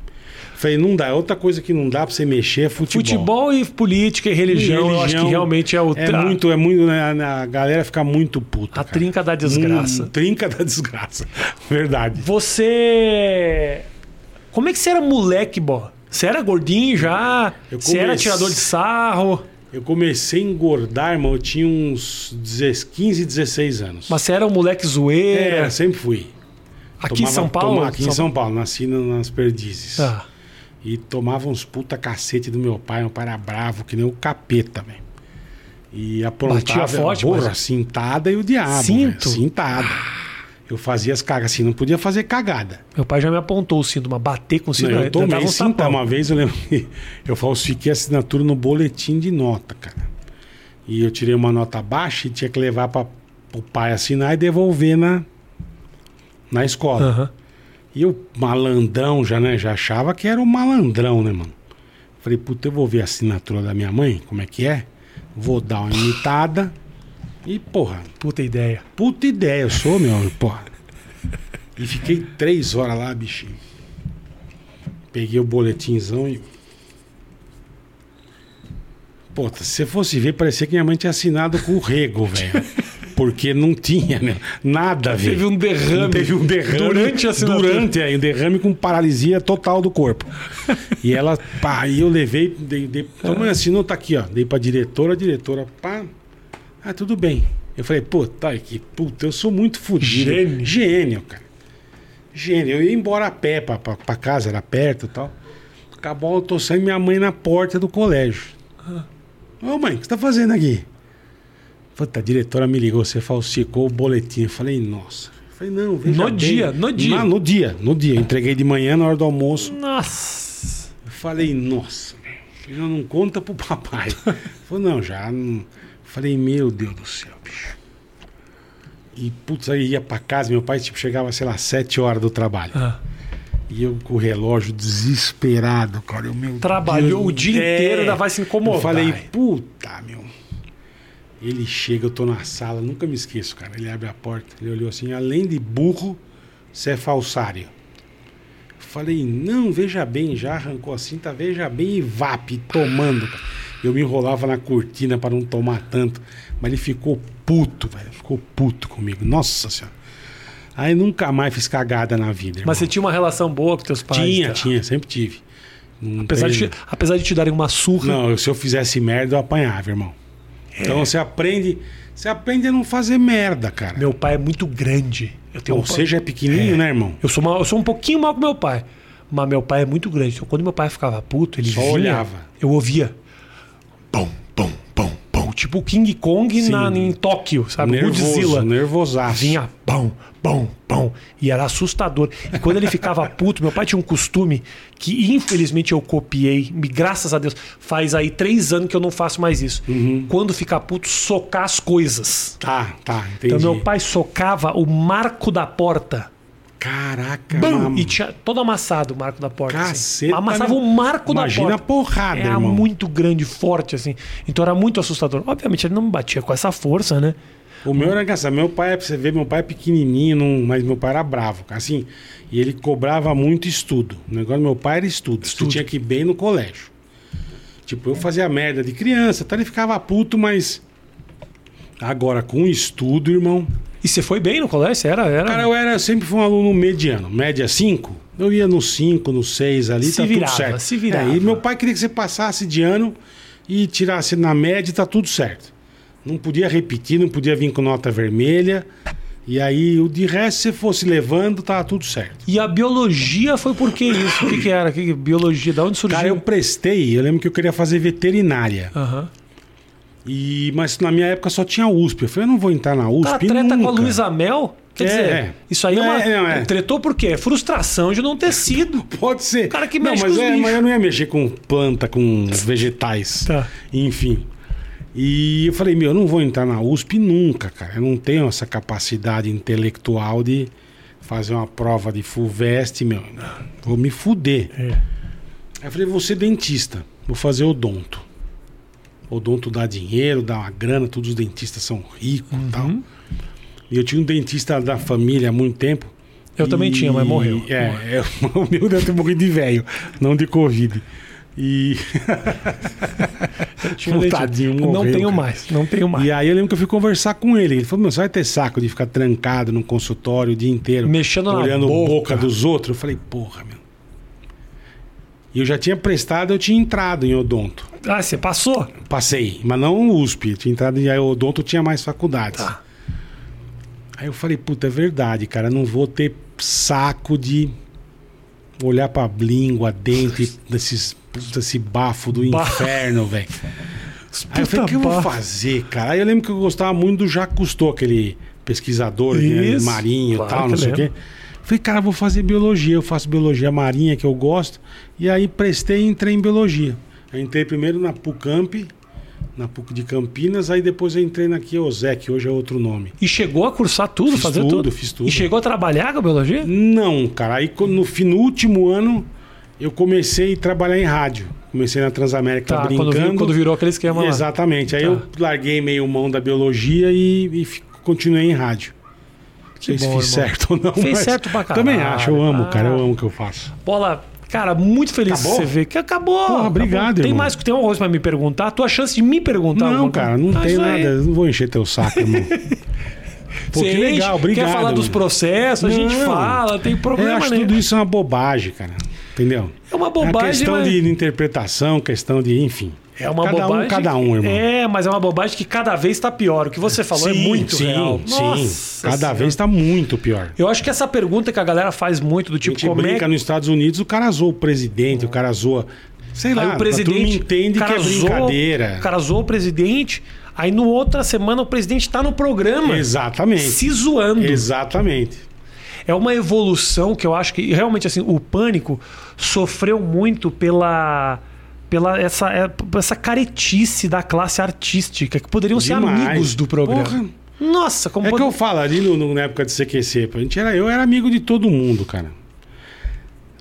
B: Falei, não dá. é Outra coisa que não dá pra você mexer é futebol.
A: Futebol e política e
B: E
A: religião, eu acho que realmente é o
B: É
A: a-
B: muito, é muito. né, A galera fica muito puta.
A: a
B: cara.
A: trinca da desgraça.
B: Hum, trinca da desgraça. [LAUGHS] Verdade.
A: Você. Como é que você era moleque, bo? Você era gordinho já?
B: Eu
A: Você era
B: comecei-
A: tirador de sarro?
B: Eu comecei a engordar, irmão. Eu tinha uns 16, 15, 16 anos.
A: Mas você era um moleque zoeira?
B: É, sempre fui.
A: aqui em
B: Tomava-
A: São Paulo?
B: Tomava, aqui em São Paulo, nasci na- nas perdizes.
A: Tá.
B: E tomava uns puta cacete do meu pai, meu pai era bravo, que nem o capeta, velho. E aprontava,
A: Batia forte,
B: porra,
A: mas-
B: cintada e o diabo,
A: Cinto?
B: velho, cintada. Eu fazia as cagas assim, não podia fazer cagada.
A: Meu pai já me apontou o cinto, mas bater com o cinto.
B: Não, eu
A: ele dava
B: tomei
A: um
B: cinta
A: tapão.
B: uma vez, eu lembro que eu falsifiquei a assinatura no boletim de nota, cara. E eu tirei uma nota baixa e tinha que levar para o pai assinar e devolver na, na escola.
A: Aham.
B: E eu, malandrão, já, né? Já achava que era um malandrão, né, mano? Falei, puta, eu vou ver a assinatura da minha mãe, como é que é? Vou dar uma imitada. E, porra,
A: Puta ideia.
B: puta ideia, eu sou, meu, porra. E fiquei três horas lá, bichinho. Peguei o boletinzão e. Puta, se você fosse ver, parecia que minha mãe tinha assinado com o rego, velho. Porque não tinha, né? Nada a ver.
A: Teve um derrame.
B: Teve um derrame.
A: Durante a assinatura.
B: Durante, aí, um derrame com paralisia total do corpo. E ela, pá, aí eu levei, dei, dei, então, mãe, assinou, tá aqui, ó. Dei pra diretora, a diretora, pá. Ah, tudo bem. Eu falei, pô, tá aqui, puta, eu sou muito fodido.
A: Gênio.
B: Gênio, cara. Gênio. Eu ia embora a pé pra, pra, pra casa, era perto e tal. Acabou, eu tô saindo minha mãe na porta do colégio. Ô mãe, o que você tá fazendo aqui? Puta, a diretora me ligou, você falsificou o boletim. Eu falei, nossa. Eu falei, não, veja
A: No
B: bem.
A: dia, no dia.
B: Na- no dia, no dia. Eu Entreguei de manhã na hora do almoço.
A: Nossa.
B: Eu falei, nossa, filho, não conta
A: [LAUGHS]
B: pro papai. Ele falou, não, já. Não... Eu Falei, meu Deus do céu, bicho. E putz, aí ia pra casa, meu pai tipo, chegava, sei lá, sete horas do trabalho.
A: Ah.
B: E eu com o relógio desesperado, cara. Eu, meu
A: Trabalhou o dia inteiro, ainda vai se incomodar.
B: Eu falei, puta, meu. Ele chega, eu tô na sala, nunca me esqueço, cara. Ele abre a porta, ele olhou assim, além de burro, você é falsário. Eu Falei, não, veja bem, já arrancou a cinta, veja bem e vape, tomando. cara. Eu me enrolava na cortina para não tomar tanto, mas ele ficou puto, velho, ficou puto comigo. Nossa senhora. Aí nunca mais fiz cagada na vida.
A: Mas você
B: irmão.
A: tinha uma relação boa com teus pais?
B: tinha,
A: tá?
B: tinha, sempre tive. Não
A: Apesar
B: tem-
A: de, te- apesar de te darem uma surra.
B: não, eu- se eu fizesse merda, eu apanhava, irmão.
A: É.
B: Então você aprende. Você aprende a não fazer merda, cara.
A: Meu pai é muito grande. Eu tenho
B: Ou
A: um-
B: seja, é pequenininho, né, irmão?
A: Eu sou, uma- eu sou um pouquinho mal com meu pai. Mas meu pai é muito grande. Então, quando meu pai ficava puto, ele
B: Só
A: vinha,
B: olhava.
A: Eu ouvia. Pum, pum, pum, pum. Tipo o King Kong na,
B: Sim.
A: em Tóquio, sabe?
B: Nervoso, né?
A: Godzilla.
B: nervosaço.
A: Vinha pão, pão, pão. E era assustador. E quando ele ficava [LAUGHS] puto, meu pai tinha um costume que, infelizmente, eu copiei. Me, graças a Deus, faz aí três anos que eu não faço mais isso.
B: Uhum.
A: Quando ficar puto, socar as coisas.
B: Tá, tá, entendi.
A: Então, meu pai socava o marco da porta.
B: Caraca,
A: Bam!
B: mam-
A: E tinha todo amassado o marco da porta. assim.
B: Caceta,
A: Amassava
B: né?
A: o marco
B: Imagina
A: da
B: a
A: porta.
B: porrada,
A: Era
B: irmão.
A: muito grande, forte, assim. Então era muito assustador. Obviamente ele não batia com essa força, né?
B: O meu era engraçado. Meu pai, pra você ver, meu pai é pequenininho, não- mas meu pai era bravo, cara. Assim, e ele cobrava muito estudo. O negócio do meu pai era estudo. Você tinha que ir bem no colégio. Tipo, eu fazia merda de criança, tá? Ele ficava puto, mas... Agora, com estudo, irmão...
A: E você foi bem no colégio? Você era, era...
B: Cara, eu era, sempre fui um aluno mediano. Média 5. Eu ia no 5, no 6 ali,
A: Se
B: tá
A: virava,
B: tudo certo.
A: se virava.
B: É, e meu pai queria que você passasse de ano e tirasse na média e tá tudo certo. Não podia repetir, não podia vir com nota vermelha. E aí, o de resto, se você fosse levando, tava tudo certo.
A: E a biologia foi por que isso? O que, que era? Que que- biologia? Da onde surgiu?
B: Cara, eu prestei, eu lembro que eu queria fazer veterinária.
A: Aham.
B: E, mas na minha época só tinha USP. Eu falei, eu não vou entrar na USP.
A: Tá treta com a
B: nunca.
A: Luísa Mel? Quer
B: É,
A: dizer,
B: é.
A: isso aí é,
B: É,
A: uma.
B: não, é.
A: Tretou por quê? Frustração de não ter sido.
B: Pode ser.
A: Cara que
B: não,
A: mexe
B: mas,
A: com os
B: é,
A: bichos.
B: mas eu não ia mexer com planta, com vegetais.
A: Tá.
B: Enfim. E eu falei, meu, eu não vou entrar na USP nunca, cara. Eu não tenho essa capacidade intelectual de fazer uma prova de FUVEST, meu. Vou me fuder.
A: É.
B: Aí eu falei, vou ser dentista. Vou fazer odonto. Odonto dá dinheiro, dá uma grana, todos os dentistas são ricos e tal.
A: Uhum.
B: E eu tinha um dentista da família há muito tempo.
A: Eu também tinha, mas morreu.
B: É, [LAUGHS] é, o meu deve ter morrido de velho, não de Covid.
A: [LAUGHS]
B: E.
A: Tinha um dente-
B: Tadinho,
A: não
B: morreu,
A: tenho
B: cara.
A: mais, não tenho mais.
B: E aí eu lembro que eu fui conversar com ele. Ele falou, meu, você vai ter saco de ficar trancado num consultório o dia inteiro.
A: Mexendo na
B: Olhando
A: boca.
B: boca dos outros. Eu falei, porra, meu. E eu já tinha prestado, eu tinha entrado em odonto.
A: Ah, você passou?
B: Passei, mas não USP. Eu tinha entrado em aí odonto, tinha mais faculdades.
A: Tá.
B: Aí eu falei, puta, é verdade, cara. Não vou ter saco de olhar pra
A: [LAUGHS]
B: língua, dente, desses, puta, esse bafo do
A: Ba-
B: inferno, velho. Aí eu falei, o que eu
A: Puta
B: vou
A: ba-
B: fazer, cara? Aí eu lembro que eu gostava muito do Jacques Cousteau, aquele pesquisador né,
A: Isso,
B: marinho e
A: claro
B: tal,
A: que
B: não sei o
A: lembro.
B: quê. Falei, cara, vou fazer biologia. Eu faço biologia marinha, que eu gosto. E aí prestei e entrei em biologia. Eu entrei primeiro na PUCamp, na PUC de Campinas. Aí depois eu entrei na Kiosec, que hoje é outro nome.
A: E chegou a cursar tudo,
B: Fiz
A: fazer
B: tudo,
A: tudo,
B: fiz tudo.
A: E chegou a trabalhar com a biologia?
B: Não, cara. Aí quando- no, fim, no último ano, eu comecei a trabalhar em rádio. Comecei na Transamérica
A: Tá,
B: brincando.
A: quando, viu- quando virou aquele esquema lá.
B: Exatamente. Aí
A: Tá.
B: eu larguei meio mão da biologia e, e fi- continuei em rádio. Não sei se
A: bom,
B: fiz
A: irmão.
B: certo ou não.
A: Fez
B: mas
A: certo pra caralho.
B: Também acho, eu amo,
A: Ah.
B: cara. Eu amo o que eu faço.
A: Bola, cara, muito feliz
B: Acabou?
A: que você vê que acabou.
B: Porra, obrigado,
A: Acabou. Tem
B: irmão.
A: mais que tem um rosto pra me perguntar? Tua chance de me perguntar
B: não,
A: alguma
B: cara,
A: coisa?
B: não
A: Ah,
B: tem
A: isso
B: nada.
A: aí.
B: Eu Não vou encher teu
A: [LAUGHS]
B: saco, irmão. Pô,
A: Você
B: que
A: enche,
B: legal, obrigado.
A: Quer falar dos
B: mano.
A: processos, a gente
B: Não.
A: fala, tem
B: Eu
A: problema
B: acho
A: nenhum.
B: tudo isso uma bobagem, cara. Entendeu?
A: É uma
B: é
A: bobagem,
B: questão
A: mas...
B: de interpretação, questão de, enfim.
A: É uma
B: cada
A: bobagem.
B: Um, cada um, irmão.
A: É, mas é uma bobagem que cada vez tá pior. O que você falou é muito
B: sim,
A: real.
B: Sim,
A: Nossa
B: cada
A: Senhora.
B: vez tá muito pior.
A: Eu acho que essa pergunta que a galera faz muito, do
B: A
A: tipo,
B: gente
A: como é
B: brinca
A: que.
B: nos Estados Unidos, o cara zoa o presidente, o cara zoa. Sei lá,
A: Aí o presidente.
B: a turma entende
A: o
B: que é
A: cara zoou-
B: brincadeira.
A: O cara zoou o presidente, aí no outra semana o presidente tá no programa.
B: Exatamente.
A: Se zoando.
B: Exatamente.
A: É uma evolução que eu acho que realmente assim, o pânico sofreu muito pela pela essa, é, p- essa caretice da classe artística, que poderiam
B: Demais.
A: ser amigos do programa.
B: Porra.
A: Nossa, como
B: É
A: pod-
B: que eu falo ali no- no- na época de CQC, pô, a gente era, eu era amigo de todo mundo, cara.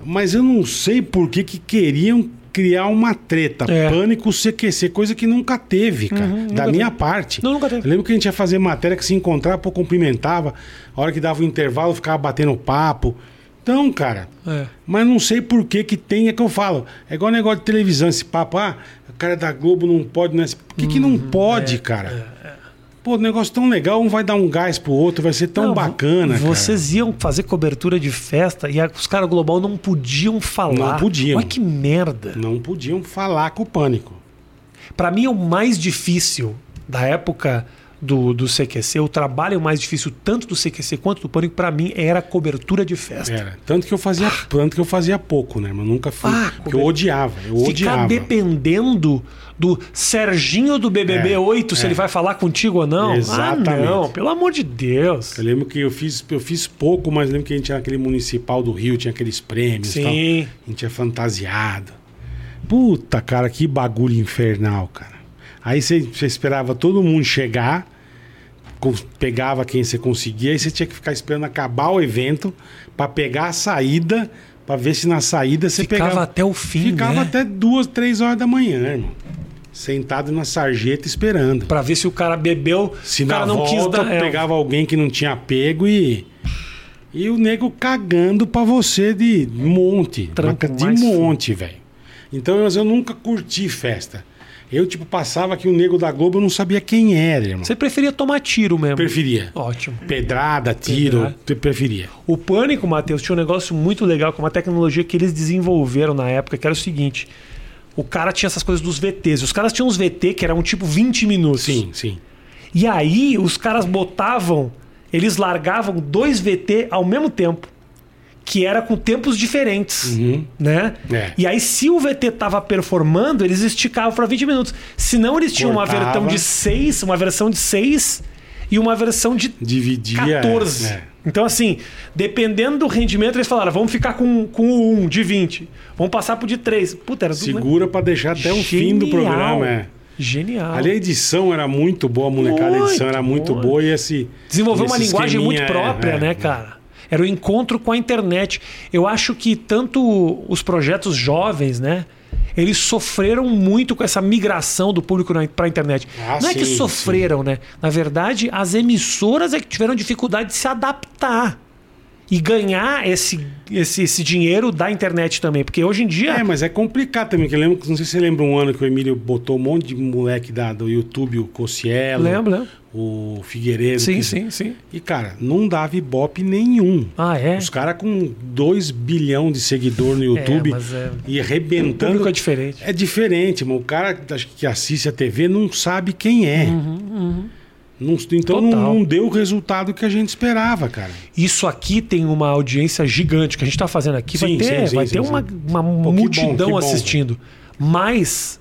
B: Mas eu não sei por que, que queriam criar uma treta,
A: É. Uhum,
B: pânico, CQC, coisa que nunca teve, cara, da minha parte.
A: Não, nunca teve.
B: Eu lembro que a gente ia fazer matéria que se encontrava, pô, cumprimentava, a hora que dava o intervalo, ficava batendo papo. Então, cara,
A: É.
B: mas não sei por que que tem, é que eu falo. É igual negócio de televisão, esse papo, ah, o cara da Globo não pode, né? Por que, que não
A: Uhum. É,
B: pode, cara? Pô, negócio tão legal, um vai dar um gás pro outro, vai ser tão
A: Não, vo-
B: bacana,
A: Vocês iam fazer cobertura de festa e a- os caras global não podiam falar.
B: Não podiam.
A: Olha que merda.
B: cara. Não podiam falar com o pânico.
A: Pra mim, é o mais difícil da época do, do CQC, o trabalho mais difícil, tanto do CQC quanto do Pânico, pra mim, era a cobertura de festa.
B: Era. Tanto que eu fazia, tanto que eu fazia pouco, né? Mas nunca fui.
A: Ah,
B: porque eu odiava, eu
A: Ficar
B: odiava.
A: dependendo do Serginho do BBB
B: É,
A: 8, se
B: é.
A: ele vai falar contigo ou não. Ah,
B: Exatamente.
A: não, pelo amor de Deus.
B: Eu lembro que eu fiz, eu fiz pouco, mas lembro que a gente tinha aquele municipal do Rio, tinha aqueles prêmios e tal.
A: Sim.
B: A gente é fantasiado. Puta, cara, que bagulho infernal, cara. Aí você você esperava todo mundo chegar. cons- pegava quem você conseguia e você tinha que ficar esperando acabar o evento pra pegar a saída, pra ver se na saída você
A: Ficava
B: pegava.
A: até o fim,
B: Ficava
A: né?
B: até duas, três horas da manhã, irmão. Sentado na sarjeta esperando.
A: Pra ver se o cara bebeu,
B: Se
A: o
B: na
A: cara não
B: volta
A: quis dar. é,
B: pegava alguém que não tinha pego e. E o nego cagando pra você de monte.
A: Trampo
B: de
A: mais
B: monte, velho. Então mas eu nunca curti festa. Eu, tipo, passava que o nego da Globo eu não sabia quem era, irmão.
A: Você preferia tomar tiro mesmo.
B: Preferia.
A: Ótimo.
B: Pedrada, tiro,
A: Pedrada.
B: eu preferia.
A: O Pânico, Matheus, tinha um negócio muito legal, com uma tecnologia que eles desenvolveram na época, que era o seguinte. O cara tinha essas coisas dos VTs. Os caras tinham uns VT que eram tipo 20 minutos.
B: Sim, sim.
A: E aí os caras botavam, eles largavam dois VT ao mesmo tempo, que era com tempos diferentes, né?
B: É.
A: E aí se o VT tava performando, eles esticavam para 20 minutos. Senão eles tinham uma
B: Cortava.
A: versão de 6, uma versão de 6 e uma versão de
B: Dividia.
A: 14.
B: é.
A: Então, assim, dependendo do rendimento, eles falaram: vamos ficar com, com o 1 de 20, vamos passar pro de 3. Puta, era tudo
B: Segura pra deixar até o fim do
A: Genial.
B: programa, é.
A: Genial.
B: Ali a edição era muito boa, a molecada. a edição
A: Muito
B: era muito
A: boa.
B: boa e esse.
A: Desenvolveu uma
B: esse
A: linguagem muito
B: esqueminha, é,
A: própria,
B: é,
A: né, cara? Era o encontro com a internet. Eu acho que tanto os projetos jovens, né? Eles sofreram muito com essa migração do público para a internet.
B: Ah,
A: Não é que
B: sim,
A: sofreram, né? Na verdade, as emissoras é que tiveram dificuldade de se adaptar e ganhar esse, esse, esse dinheiro da internet também. Porque hoje em dia.
B: É, mas é complicado também, que eu lembro, não sei se você lembra um ano que o Emílio botou um monte de moleque da, do YouTube, o Cossielo,
A: Lembro, lembro.
B: o Figueiredo.
A: Sim,
B: que-
A: né? sim, sim.
B: E, cara, não dava ibope nenhum.
A: Ah, é?
B: Os caras com 2 bilhão de seguidor no YouTube
A: mas é-
B: e
A: O
B: arrebentando.
A: público é diferente.
B: É diferente, mano. O cara acho que assiste a TV não sabe quem é. Não- então não,
A: Uhum, Total.
B: não deu o resultado que a gente esperava, cara.
A: Isso aqui tem uma audiência gigante que a gente está fazendo aqui. vai
B: Sim,
A: ter,
B: sim, sim,
A: vai
B: sim,
A: ter
B: sim.
A: uma, uma
B: bom,
A: multidão
B: que bom.
A: assistindo. Mas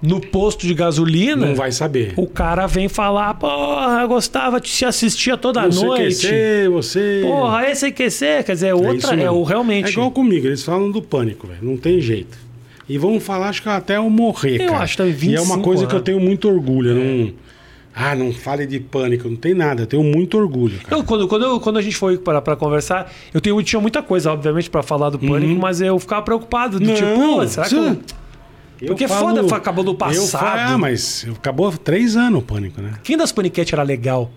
A: no posto de gasolina,
B: Não vai saber.
A: É. o cara vem falar: porra, eu gostava de se assistir toda
B: Você
A: noite.
B: quer você.
A: Porra, esse aquecer, quer dizer,
B: isso
A: outra é,
B: mesmo.
A: o realmente.
B: É igual comigo, eles falam do pânico, velho. Não tem jeito. E vão falar, acho que até eu morrer,
A: Eu
B: cara.
A: acho, tá,
B: e é uma
A: 25
B: coisa que eu
A: anos. É.
B: tenho muito orgulho. eu Não... Ah, não fale de pânico, não tem nada. Eu tenho muito orgulho, cara.
A: Eu, quando, quando, eu- quando a gente foi para pra conversar, eu tenho, tinha muita coisa, obviamente, para falar do pânico,
B: Uhum.
A: mas eu ficava preocupado. Do tipo, pô, será que eu,
B: eu
A: porque
B: falo-
A: foda, acabou do
B: Eu falo,
A: passado.
B: ah, mas acabou três anos o pânico, né?
A: Quem das paniquete era legal?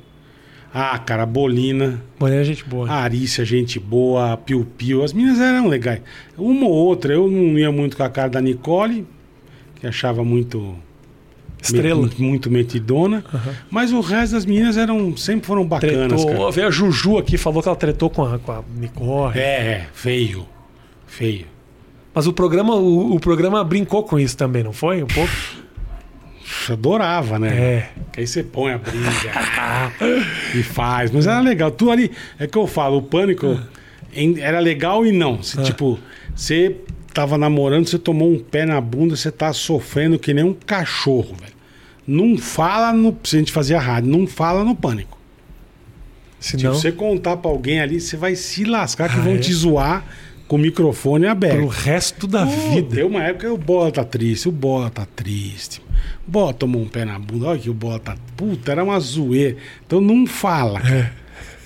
B: Ah, cara, Bolina,
A: Mano, é gente
B: Ah,
A: boa. né?
B: Arícia, gente boa, Piu Piu. As meninas eram legais. Uma ou outra, eu não ia muito com a cara da Nicole, que achava muito
A: Estrela.
B: Met- muito metidona. Mas o resto das meninas eram, sempre foram bacanas,
A: Tretou.
B: cara.
A: Veio a Juju aqui, falou que ela tretou com a, com a Nicole.
B: É, é, feio. Feio.
A: Mas o programa, o, o programa brincou com isso também, não foi? Um pouco?
B: Puxa, Adorava, né?
A: É.
B: Que aí você põe a briga [LAUGHS] e faz. Mas era legal. Tu ali, é que eu falo, o pânico
A: É.
B: em- era legal e não. Você, Tipo, você tava namorando, você tomou um pé na bunda, você tá sofrendo que nem um cachorro, velho. Não fala no. Se a gente fazia rádio, não fala no pânico.
A: Se
B: Se
A: não,
B: Tipo, você contar pra alguém ali, você vai se lascar que
A: Ah,
B: vão
A: é?
B: te zoar com o microfone
A: pro
B: aberto.
A: resto da
B: Pô,
A: vida.
B: Deu uma época que o Bola tá triste, o Bola tá triste. O Bola tomou um pé na bunda, olha que o Bola tá... Puta, era uma zoeira. Então não fala. cara.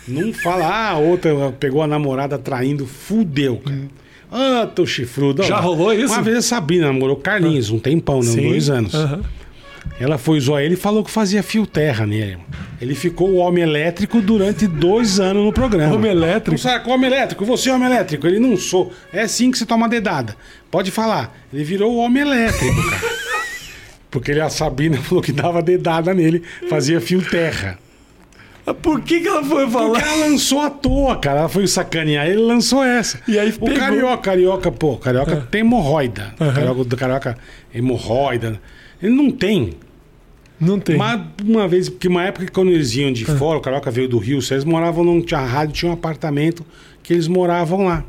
A: É.
B: Não fala. Ah, a outra pegou a namorada traindo, fudeu, cara. Ah, tô chifrudo.
A: Hum. Já
B: Olha,
A: rolou isso? Ah.
B: Uma vez a Sabina namorou o Carlinhos, um tempão, não,
A: Sim.
B: dois anos.
A: Aham.
B: Ela foi zoar ele e falou que fazia fio terra nele. Ele ficou o homem elétrico durante dois anos no programa.
A: Homem elétrico?
B: Não sabe, homem elétrico, você é homem elétrico. Ele não sou. É assim que você toma dedada. Pode falar. Ele virou o homem elétrico, cara.
A: [LAUGHS]
B: Porque ele, a Sabina falou que dava dedada nele, fazia fio terra.
A: Mas Por que, que ela foi
B: Porque
A: falar?
B: ela lançou à toa, cara. Ela foi sacanear ele lançou essa.
A: E aí
B: o
A: pegou. Ah.
B: carioca, carioca, pô, carioca tem hemorroida. Carioca, do carioca, hemorroida. Ele não tem.
A: Não tem. Ah.
B: Mas uma vez, porque uma época que quando eles iam de fora, o Carioca veio do Rio, vocês moravam num tinha rádio, tinha um apartamento que eles moravam lá.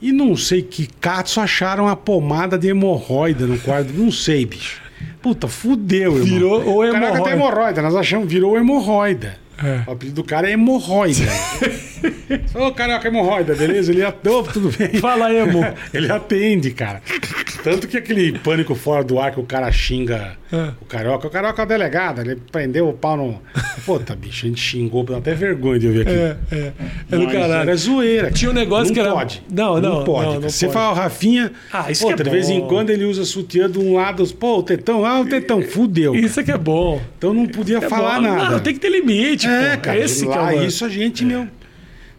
B: E não sei que catos acharam a pomada de hemorroida no quarto, não sei, bicho. Puta, fudeu, irmão.
A: Virou o
B: Carioca
A: hemorroida.
B: tem hemorroida, nós achamos, virou hemorroida.
A: É.
B: O apelido do cara é
A: [LAUGHS]
B: hemorroida. Ô, Carioca, hemorroida, beleza? [LAUGHS] Ele atua, tudo bem.
A: Fala aí, amor.
B: Ele atende, cara. Tanto que aquele pânico fora do ar que o cara xinga
A: É.
B: o carioca. O carioca é o delegado, ele prendeu o pau no. Puta, bicho, a gente xingou, dá até vergonha de eu ver aqui.
A: É, é. É do
B: Mas
A: caralho.
B: Era zoeira.
A: Tinha um negócio
B: não
A: que era-
B: Pode.
A: Não, não,
B: pode.
A: não,
B: cara.
A: não
B: Você
A: pode.
B: fala, o Rafinha.
A: Ah, isso
B: pô,
A: que é
B: de vez em
A: bom.
B: quando ele usa sutiã de um lado. Pô, o tetão, ah, o tetão, fudeu.
A: Isso é que é bom.
B: Então não podia
A: É
B: falar
A: bom.
B: nada.
A: Não, tem que ter limite,
B: É,
A: pô.
B: cara,
A: Esse que é
B: lá,
A: o-
B: isso a gente, meu.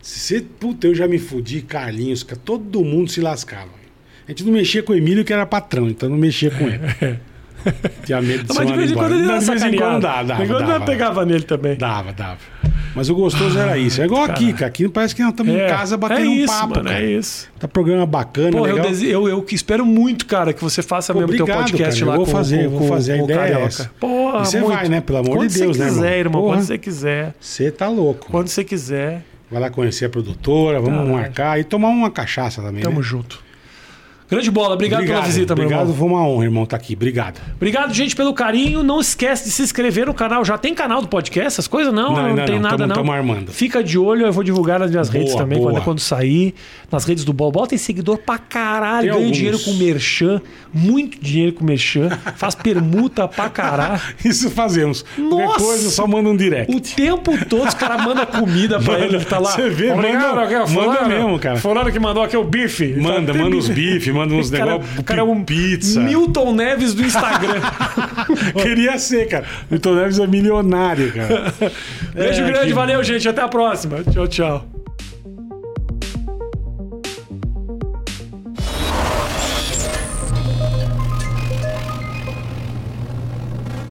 B: Se você- puta, eu já me fudi, Carlinhos, cara, todo mundo se lascava. A gente não mexia com o Emílio, que era patrão, então não mexia
A: [LAUGHS]
B: com ele. Tinha medo de
A: Mas de
B: ser
A: vez em quando
B: mandado
A: ele dá
B: embora. Não, de vez em quando dá, dava,
A: quando
B: dava,
A: pegava nele também.
B: dava, dava. Mas o gostoso era isso. É igual aqui, cara. Aqui parece que nós estamos em casa batendo
A: é
B: um
A: isso,
B: papo,
A: mano,
B: cara.
A: É isso.
B: Tá programa bacana,
A: Pô, eu,
B: legal.
A: dese- eu, eu que espero muito, cara, que você faça
B: Pô,
A: mesmo teu
B: obrigado,
A: podcast
B: cara,
A: lá
B: eu vou
A: com,
B: fazer, eu
A: com,
B: vou fazer, a
A: com o
B: ideia é
A: Carioca.
B: essa.
A: Porra,
B: E você
A: muito.
B: vai, né, pelo amor
A: Quando
B: de Deus,
A: você
B: né, irmão?
A: quiser, irmão,
B: Porra.
A: quando você quiser.
B: Você tá louco.
A: Quando você quiser,
B: Vai lá conhecer a produtora, vamos
A: Caralho.
B: marcar e tomar uma cachaça também.
A: Tá. tamo
B: né?
A: junto. Grande bola, obrigado, pela visita, meu
B: Obrigado,
A: irmão.
B: foi uma honra, irmão, tá aqui. Obrigado.
A: Obrigado, gente, pelo carinho. Não esquece de se inscrever no canal. Já tem canal do podcast, essas coisas? Não,
B: Não,
A: não,
B: ainda
A: tem
B: não.
A: nada,
B: Tamo-
A: não.
B: tamo armando.
A: Fica de olho, eu vou divulgar nas minhas
B: Boa,
A: redes também,
B: boa.
A: quando, quando sair. Nas redes do Bola. Bota em seguidor pra caralho.
B: Tem
A: Ganha
B: alguns.
A: dinheiro com merchan, muito dinheiro com merchan. Faz permuta pra caralho.
B: [LAUGHS] Isso fazemos. Qualquer
A: Nossa!
B: coisa, só manda um direct.
A: O tempo todo os caras mandam comida pra
B: Manda,
A: ele, tá lá.
B: você vê, manda-
A: aqui, ó,
B: manda mesmo, cara.
A: Fulano que mandou aqui é o bife. Tá,
B: Manda, manda
A: tem
B: uns
A: bife.
B: bifes, manda uns
A: O [LAUGHS] cara-
B: negócios.
A: o cara é um
B: pizza.
A: Milton Neves do Instagram.
B: Queria ser, cara. Milton Neves é milionário, cara.
A: Beijo
B: [LAUGHS] É,
A: grande,
B: que-
A: valeu, gente. Até a próxima. [LAUGHS] Tchau, tchau.